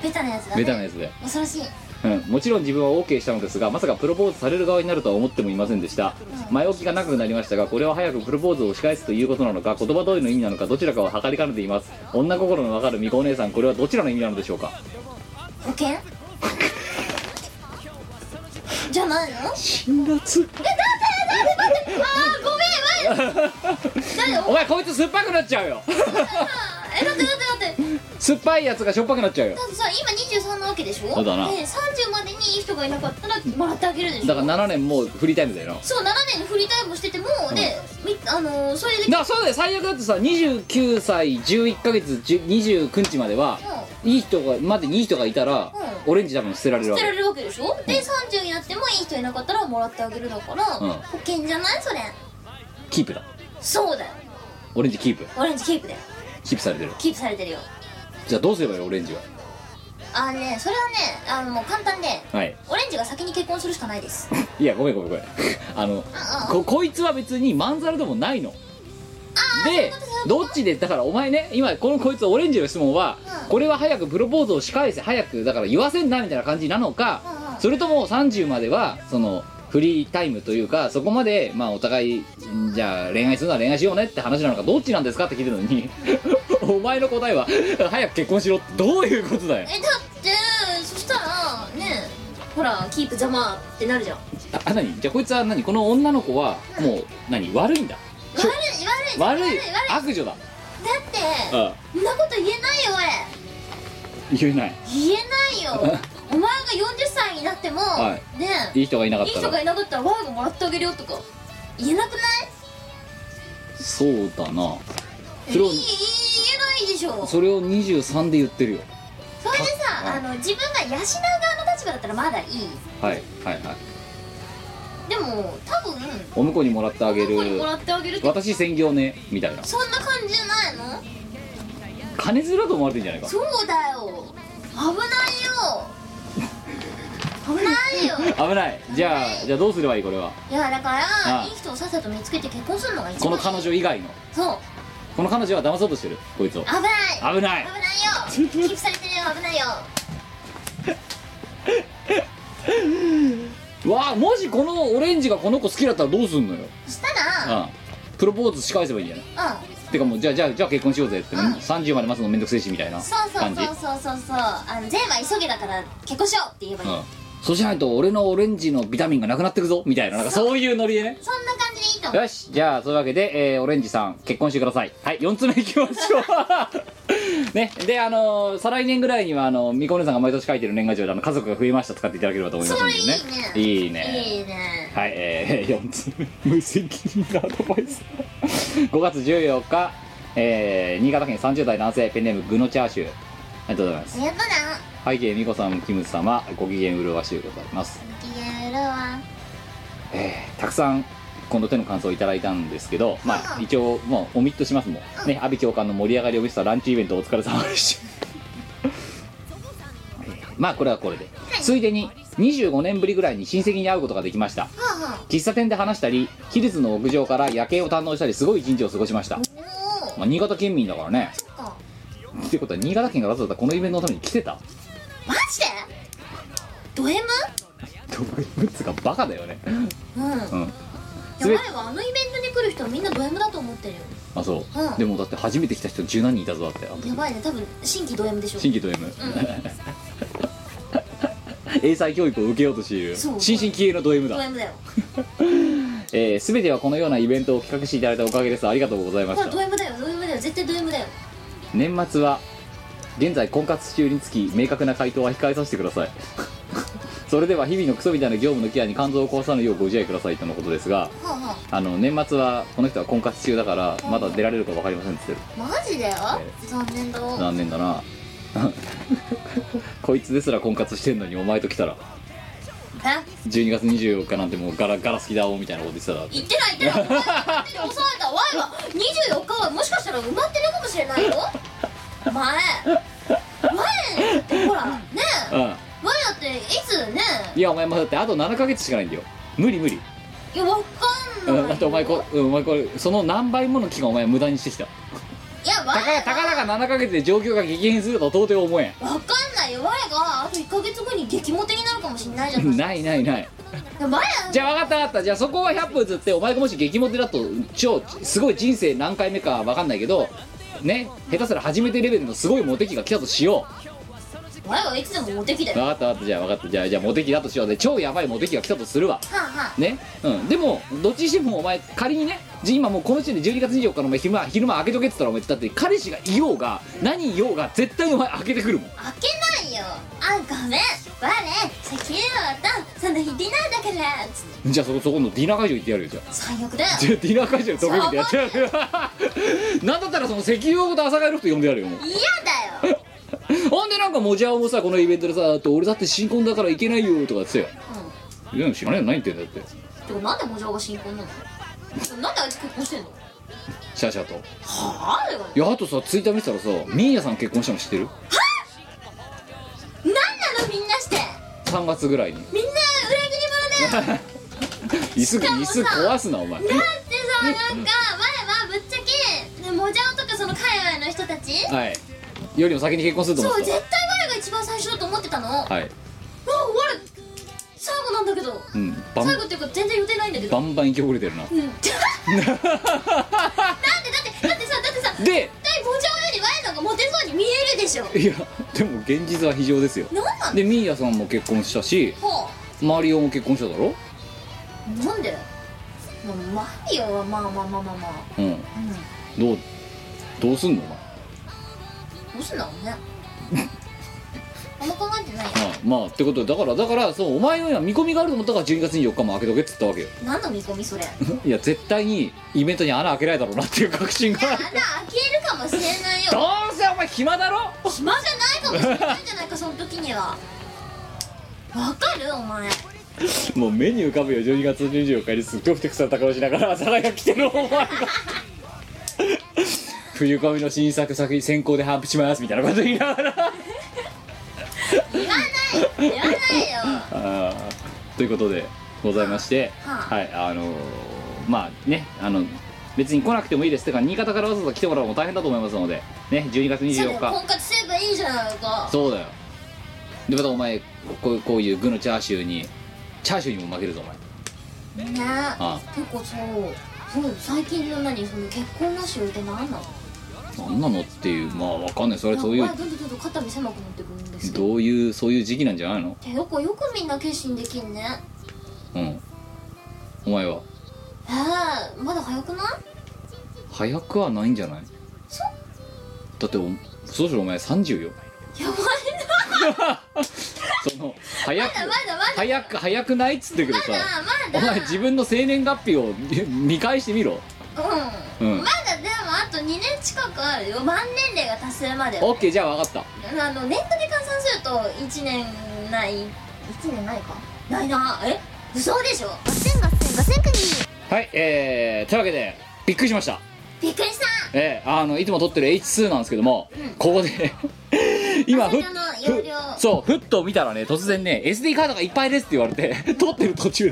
うベタなやつだね
ベタなやつで、
恐ろしい
うん、もちろん自分は OK したのですがまさかプロポーズされる側になるとは思ってもいませんでした前置きが長くなりましたがこれは早くプロポーズを押し返すということなのか言葉通りの意味なのかどちらかは測りかねています女心のわかるみこお姉さんこれはどちらの意味なのでしょうか
保険 *laughs* じゃないのえだって
辛辣
だってああごめん待ってだよ
お前こいつ酸っぱくなっちゃうよ
えだってだってだって
酸っぱいやつがしょっぱくなっちゃうよ
だってさ今23なわけでしょ
そうだな
で30までにいい人がいなかったらもらってあげるでし
だ
ょ
から7年もうフリータイムだよな
そう7年フリータイムしてても、でみあのーそれで
だからそうだよ最悪だってさ29歳11ヶ月10 29日まではいうい人がまでにいい人がいたら、
うん
オレンジ多分捨てられる
捨
わ
て
け
られるわけでしょで30になってもいい人いなかったらもらってあげるだから、
うん
保険じゃないそれ
キープだ
そうだよ
オレンジキープ
オレンジキープだよ
キープされてる
キープされてるよ
じゃあどうすればいいのオレンジは
あのねそれはねあのもう簡単で
はい
オレンジが先に結婚するしかないですあ
いやごめんごめんごめんあの
あ
ここいつは別にまんざらでもないのでどっちでだからお前ね今このこいつオレンジの質問は、
うん
これは早くプロポーズを仕返せ早くだから言わせんなみたいな感じなのか、
うんうん
それとも30まではそのフリータイムというかそこまでまあお互いじゃあ恋愛するなら恋愛しようねって話なのかどっちなんですかって聞いてるのに *laughs* お前の答えは早く結婚しろってどういうことだよ
えだってそしたらねほらキープ邪魔ってなるじゃん
ああ何じゃあこいつは何この女の子はもう何悪いんだ
悪い悪
悪
い
い
悪い
悪女だ
だ
あ
ってそんなこと言えないよ俺
言えない
言えない
*laughs*
よお前が40歳になっても、
は
ね
いい人がいなかっ
いい
た
人が
ら
いなかったら我がもらってあげるよとか言えなくない
そうだなそ
いい
れを
言えないでしょそ
それを23で言ってるよ
れで
は
さ
い
あの自分が養う側の立場だったらまだいい
はいはいはい
でも多分
お婿にもらってあげ
ど
る
こにもらってあげるって
私専業ねみたいな
そんな感じじゃないの
金づらと思われてんじゃないか *laughs*
そうだよ危ないよないよ
危ないじゃあじゃあどうすればいいこれはい
やだから
あ
いい人をさっさと見つけて結婚するのが一番
この彼女以外の
そう
この彼女は騙そうとしてるこいつを
危ない
危ない
危ないよ寄付されてるよ危ないよ
わあもしこのオレンジがこの子好きだったらどうすんのよ
したら
うんプロポーズし返せばいいんじゃない
うん
てかもうじゃあじゃあじゃあ結婚しようぜって、
うん
30まで待つのめんどくせえしみたいな
そうそう
感じ
そうそうそうそうあの全部は急ぎだから結婚しようって言えばいい、
うんそうしないと俺のオレンジのビタミンがなくなってくぞみたいななんかそういうノリでね
そんな感じでいいと思う
よしじゃあそういうわけで、えーオレンジさん結婚してくださいはい4つ目いきましょう *laughs* ねであのー再来年ぐらいにはあのみこねさんが毎年書いてる年賀状であの家族が増えました使っていただければと思いますのでね
それい
いいね
いいね
はい、えー、4つ *laughs* 目無責任なアドバイ *laughs* ス5月14日、えー、新潟県30代男性ペンネームグノチャーシューありがとうございます
やっぱな
背景美子さんキム様ご機嫌うるわしゅうございます、
ご機嫌うろは
えーたくさん今度手の感想をいただいたんですけど、まあ、一応もうオミットしますもんね阿ビ長官の盛り上がりを見せたランチイベントお疲れ様でしたえーまあこれはこれでついでに25年ぶりぐらいに親戚に会うことができました
はあはあ
喫茶店で話したりヒルズの屋上から夜景を堪能したりすごい一日を過ごしました、
おお
まあ、新潟県民だからね
そっか
ってことは新潟県がわざわざこのイベントのために来てた *laughs*
マジでド M?
グッズがバカだよね
うん、い
うん
や前はあのイベントに来る人はみんなド M だと思ってるよ
あそう、
うん
でもだって初めて来た人十何人いたぞだってあの時
やばいね多分新規ド M でしょ
新規と M、英才教育を受けようとしている
そう
新進気鋭のド M
ド
だ、
M だよ
えー、全てはこのようなイベントを企画していただいたおかげですありがとうございま
ほ
し
ら
た
ド M だよド M だよ絶対ド M だよ
年末は現在婚活中につき明確な回答は控えさせてください *laughs* それでは日々のクソみたいな業務のケアに肝臓を壊さぬようご自愛くださいとのことですが
はあは
あの年末はこの人は婚活中だからまだ出られるか分かりませんっつってる
あマジでよ
え
残念だわ
残念だな *laughs* こいつですら婚活してんのにお前と来たら
え
12月24日なんてもうガラガラ好きだおみたいなこと言ってただって
言っ
*laughs*
てない言ってない勝手に押さえたわいは24日はもしかしたら埋まってるかもしれないよ前前だってほらねえ
う
前だっていつね
んいやお前もだってあと7ヶ月しかないんだよ無理無理、
いやわかん
う
ない
ん、だってお前こうんお前これその何倍もの期間お前は無駄にしてきた
いやわ
たかたかだか7ヶ月で状況が激変するとは到底思えん
わかんないよ我があと1ヶ月後に激モテになるかもしれないじゃない
ないないない
前だ
じゃあ分かった分かったじゃあそこは100分ずってお前がもし激モテだと超すごい人生何回目か分かんないけどね下手すら初めてレベルのすごいモテ期が来たとしよ
我はいつでもモテ期だ
う分
よ
かった分かったじゃあ分かったじゃあじゃあモテ期だとしようで超やばいモテ期が来たとするわ
はあはあ
ねうんでもどっちにしてもお前仮にねじ今もうこの時点で12月24日のお前昼間昼間開けとけって言ったらお前だって彼氏がいようが何いようが絶対にお前開けてくるもん
開けないよあごめん我先にはとその日ディナーだからつって
じゃあそこそこのディナー会場行ってやるよじゃあ
最悪だよ
じゃあディナー会場で飛べみたいなやつやるよ *laughs* なんだったらその石油王と朝帰ロフト呼んでやるよもう
嫌だよ
ほんでなんかもじゃおもさこのイベントでさだって俺だって新婚だから行けないよとか言ってたよ
うん
いや知らないよ何言ってんだよって
てかなんでモジャオが新婚なのなんであいつ結婚してんの
シャーシャーと
はあだよなん
いやあとさツイッター見てたらさミーヤさん結婚したの知ってる
なのみんなして
3月ぐらいに
みんな裏切り者 *laughs* だよ
椅子
しかも
椅
さ
子壊すなお前
だってさなんか前はぶっちゃけねモジャオとかその界隈の人たち
はい。よりも先に結婚すると思っ
そう
て
絶対我が一番最初だと思ってたの、わ
た。はい。
あ我最後なんだけど
うん。バン
最後っていうか全然予定ないんだけ
バ
ど
ンバン生き遅れてるな。
うん *laughs* なんでだってだってさだってさ絶
で、
対モジャオより我の方がモテそうに見えるでしょ
いやでも現実は非常ですよ。
なんなの
でミーヤさんも結婚したし、
ほう
マリオも結婚しただろ。
なんでまあマリオはまあまあまあまあまあ
うん。
うん
どうどうすんのお前。
どうすんだろ
*laughs*
うねあんま考えてないよ
まあまあってことでだからだからそうお前の今見込みがあると思ったから12月24日も開けとけって言ったわけよ。 *laughs*
何の見込みそれ
いや絶対にイベントに穴開けないだろうなっていう確信があ
穴
る
開。けるかもしれない
ど
よ
うせお前暇だろ。
暇じゃないかもしれないんじゃないかその時にはわかるお前
もう目に浮かぶよ12月24日にすっごいふてくされた顔しながら朝が来てるお前が *laughs* 冬コミの新作作品先行で把握しますみたいなこと言いながら
言わない言わないよ
あ *laughs* ーということでございまして、
は
はいあのーまあねあの別に来なくてもいいですってか新潟からわざわざ来てもらうのも大変だと思いますのでね12月
そう
24
だよ
日
婚活すればいいじゃないか
そうだよでまたお前こうこういう具のチャーシューにチャーシューにも負けるぞお前
ね
あ
結構そうそう最近の何その結婚ラッシュって何なの
なんなのっていうまあわかんないそれそうい
なん
う
かどんどんどんどん肩身狭くなってくるんですけど
どういうそういう時期なんじゃないの
よくよくみんな決心できんね
うんお前は
ええまだ早くない
早くはないんじゃないだっておそうしろお前30よ
やばい
その早く
まだまだまだ
早く早くないっつってくるさ
ま
お
だまだ
前自分の生年月日を見返してみろう
うん、
ん
まだでもあと2年近くあるよ満年齢が達成まで
オッケーじゃあ分かった
あの年間で換算すると1年ない1年ないかないなえ嘘でしょ
はいえー、というわけでびっくりしました
びっくりした
えー、あのいつも撮ってる H2 なんですけども、ここ
*laughs*
で今ふっ
まさかの容量
ふそうふっと見たらね突然ね SD カードがいっぱいですって言われて *laughs* 撮ってる途中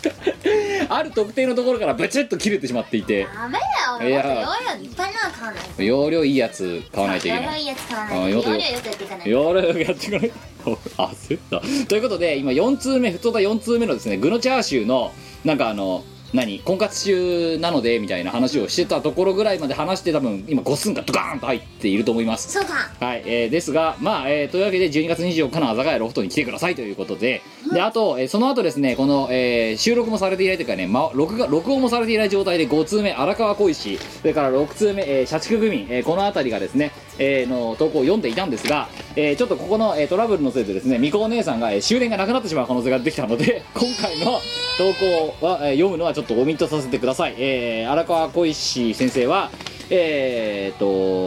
である特定のところからブチッと切れてしまっていて
ダメだ
い
よ俺も
や
っと容量いっぱいのは買わない
容量いいやつ買わないといけ
容
な
量
い
いいやつ買わ
あ
な
ー
い
よ
容量
かった
よくやっていかない
よろやってくれ *laughs* 焦ったということで今4通目ふとた4通目のですね具のチャーシューのなんかあの何婚活中なのでみたいな話をしてたところぐらいまで話して多分今五寸がドカーンと入っていると思います
そうか
はい、えーですが、まあ、えーというわけで12月24日の朝ヶ谷ロフトに来てくださいということで、で、あと、えーその後ですね、この、えー収録もされていないというかね、ま、録画、録音もされていない状態で5通目、荒川小石、それから6通目、えー社畜組、えーこの辺りがですね、えーの投稿を読んでいたんですが、えーちょっとここの、えートラブルのせいでですね、みこお姉さんが、えー終電がなくなってしまう可能性が出てきたので、 *laughs* 今回の投稿は、えー読むのはちょっとお見とさせてください。えー荒川小石先生は、えーっ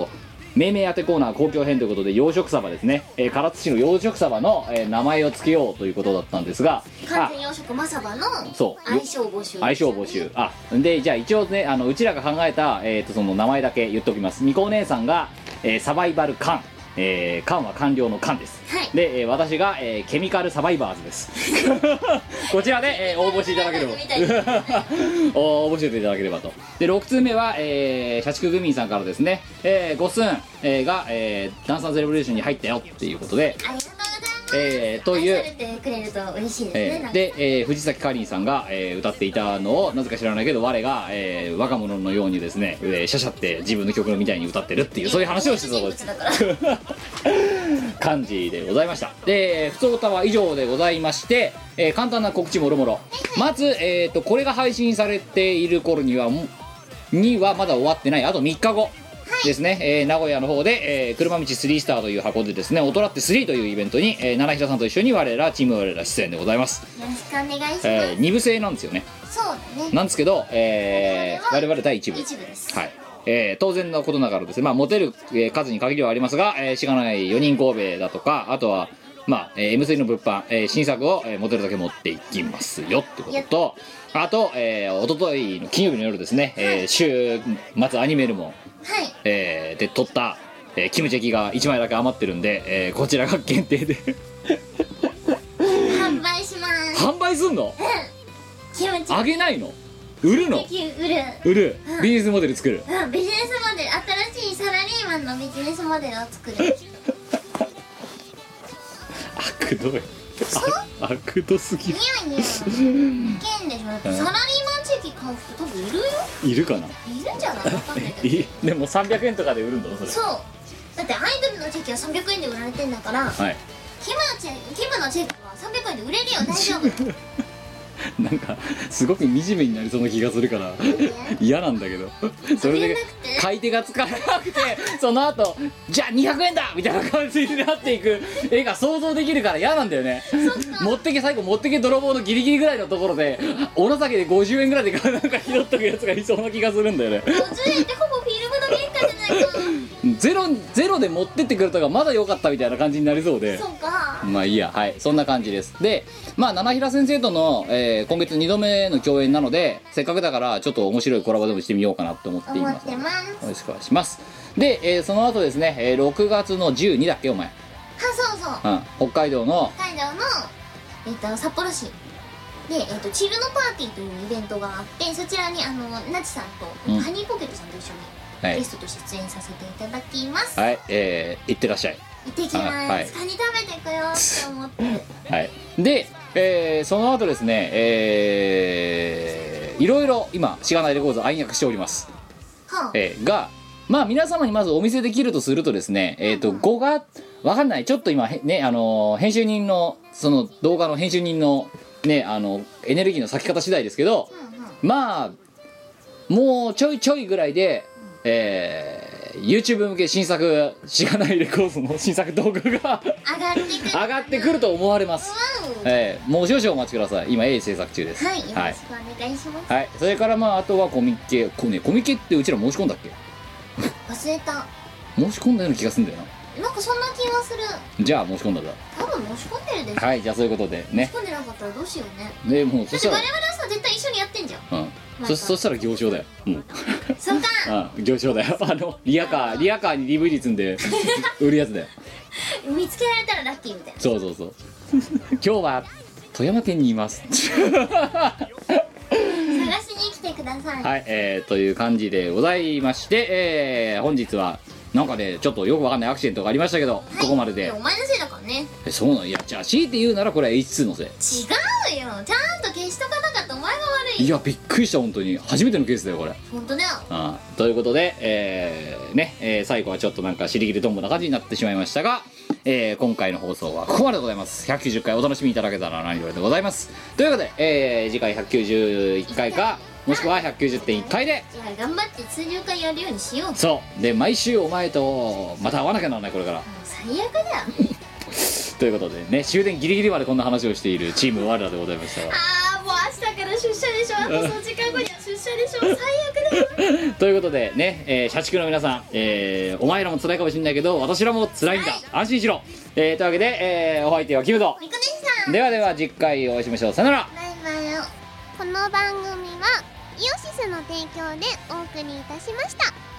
と、命名当てコーナー公共編ということで養殖サバですね、えー唐津市の養殖サバの、えー名前を付けようということだったんですが
完全養殖マサバの
あそう
相性募集
相性募集あでじゃあ一応ねあのうちらが考えた、えー、とその名前だけ言っておきますみこお姉さんが、えーサバイバルカン、えー、カンは官僚のカンです、
はい
で、えー私が、えーケミカルサバイバーズです
*laughs*
こちらで、えー応募していただければ
みたいな
お *laughs* 応募していただければとで6通目は、えー、社畜グミンさんからですね、えー、ゴスン、えーが、えーダンサーズレボリューションに入ったよっていうことで、
ありがとうございます
えーという
愛されてくれると嬉しいですね、
え
な
ー
んか
で、えー藤崎かりんさんが、えー歌っていたのをなぜか知らないけど我が、えー若者のようにですね、えーシャシャって自分の曲のみたいに歌ってるっていうそういう話をしてたところです
人物だから
感じでございましたで「ふつおた」は以上でございまして、えー簡単な告知もろもろまず、えー、とこれが配信されている頃にはもにはまだ終わってないあと3日後ですね、えー名古屋の方で、えー車道3スターという箱でですね大人って3というイベントに、えー、奈良平さんと一緒に我らチーム我ら出演でございます、
よろしくお願いします、
え2部制なんですよね
そうだね
なんですけど、えー我々第1部
一部です
はいえー当然のことながらですね、まあ、モテるえー数に限りはありますが、えー、しがない4人神戸だとかあとは、まあえー M3 の物販、えー新作を、えーモテるだけ持っていきますよってこととあと、えー、一昨日の金曜日の夜ですね、えー週末アニメルモン、
はい
えーで撮った、えーキムチェキが1枚だけ余ってるんで、えーこちらが限定で *laughs*
販売します
販売すんの
キムチ
あげないの売るの
キウル
売る
うん
ビジネスモデル作る
うんビジネスモデル新しいサラリーマンのビジネスモデルを作る
悪どいあ悪どすぎ
ニ
る
ヤニヤけんでしょだってサラリーマンチェキ買う人多分いるよ
いるかない
るんじゃないわかんないけど
いでも300円とかで売るんだろそれ
そうだってアイドルのチェキは300円で売られてんだから
はい
キムのチェキムのチェキは300円で売れるよ大丈夫
なんかすごく惨めになりそうな気がするから嫌なんだけどそれで
足りなくて
買い手がつかなくてその後じゃあ200円だみたいな感じになっていく絵が想像できるから嫌なんだよね持ってけ最後持ってけ泥棒のギリギリぐらいのところでお情けで50円ぐらいでなんか拾っとくやつがいそうな気がするんだよね
50円ってほぼフィルムの原価じゃないか
ゼロゼロで持ってってくれたがまだ良かったみたいな感じになりそうで
そうか
まあいいやはいそんな感じですでまあ七平先生との、えー今月2度目の共演なのでせっかくだからちょっと面白いコラボでもしてみようかなと思ってい
思
ま
っ
す
てます
よろしくお願いしますで、えーその後ですね、えー6月の12だっけお前
そうそう
うん、北海道の
北海道の、えっと札幌市で、えっとチルノパーティーというイベントがあってそちらにあのナチさんと、
うん
ハニーポケットさんと一緒に
は
ゲ
い、
ストとして出演させていただきます、
はいえー、行ってらっしゃい
行ってきます、
あはい
カニ食べてくよって
*laughs*
思って
はい、で、えーその後ですね、えーいろいろ今しがないレコード暗躍しております、
はあ
えーがまあ皆様にまずお見せできるとするとですねえっ、と5がわかんないちょっと今へねあのー編集人のその動画の編集人のねあのエネルギーの割き方次第ですけど
うんうん
まあもうちょいちょいぐらいでえー YouTube 向け新作しがないレコードの新作動画が *laughs*
上がってくる
上がってくると思われます
うん
えーもう少々お待ちください今 A 制作中です
はいよろしく
はい、
お願いします、
はいそれからまああとはコミケこ、ね、コミケってうちら申し込んだっけ
忘れた
申し込んだような気がするんだよな
なんかそんな気がする
じゃあ申し込んだぞ
多分申し込んでるでしょ、
はいじゃあそういうことで
申
ね
し込んでなかったらどうしようね
でもう
だ
そ
っ
してた
我
ら
々はさ絶対一緒にやってんじゃん
うんそそしたら行商だよ、うん、
そっか
うん行商だよ *laughs* あのリアカーリアカーに DVD 積ん
*laughs*
で売るやつだよ
見つけられたらラッキーみたいな
そうそうそう今日は富山県にいます *laughs*
探しに来てください、
はい、えー、という感じでございまして、えー、本日はなんかねちょっとよくわかんないアクシデントがありましたけど、ここまで
い
で
やお前のせいだからね違うよ
えそうなんいやじゃあ強いて言うならこれは H2 のせ
ちゃんと消しとかなかったお前が悪
いい
い
やびっくりした本当に初めてのケースだよこれ
本当だよ
ああということで、えーね、えー最後はちょっとなんか尻切りトンボな感じになってしまいましたが、えー今回の放送はここまででございます。190回お楽しみいただけたら何よりでございます。ということで、えー次回191回か、もしくは190.1回で、
じゃあ頑張って通常会やるようにしようもう
そう、で、毎週お前とまた会わなきゃならない、これから。
最悪だよ
ということでね、終電ギリギリまでこんな話をしているチーム我らでございました
*laughs*
が。
*laughs* ああもう明日から出社でしょあと数時間後には出社でしょ最悪だよ
ということでね、えー社畜の皆さん、えーお前らも辛いかもしれないけど、私らも辛いんだ。安心しろ。えーというわけで、えーお相手はキムと。
みこでした
ではでは次回お会いしましょうさよなら
バイバイ
この番組はイオシスの提供でお送りいたしました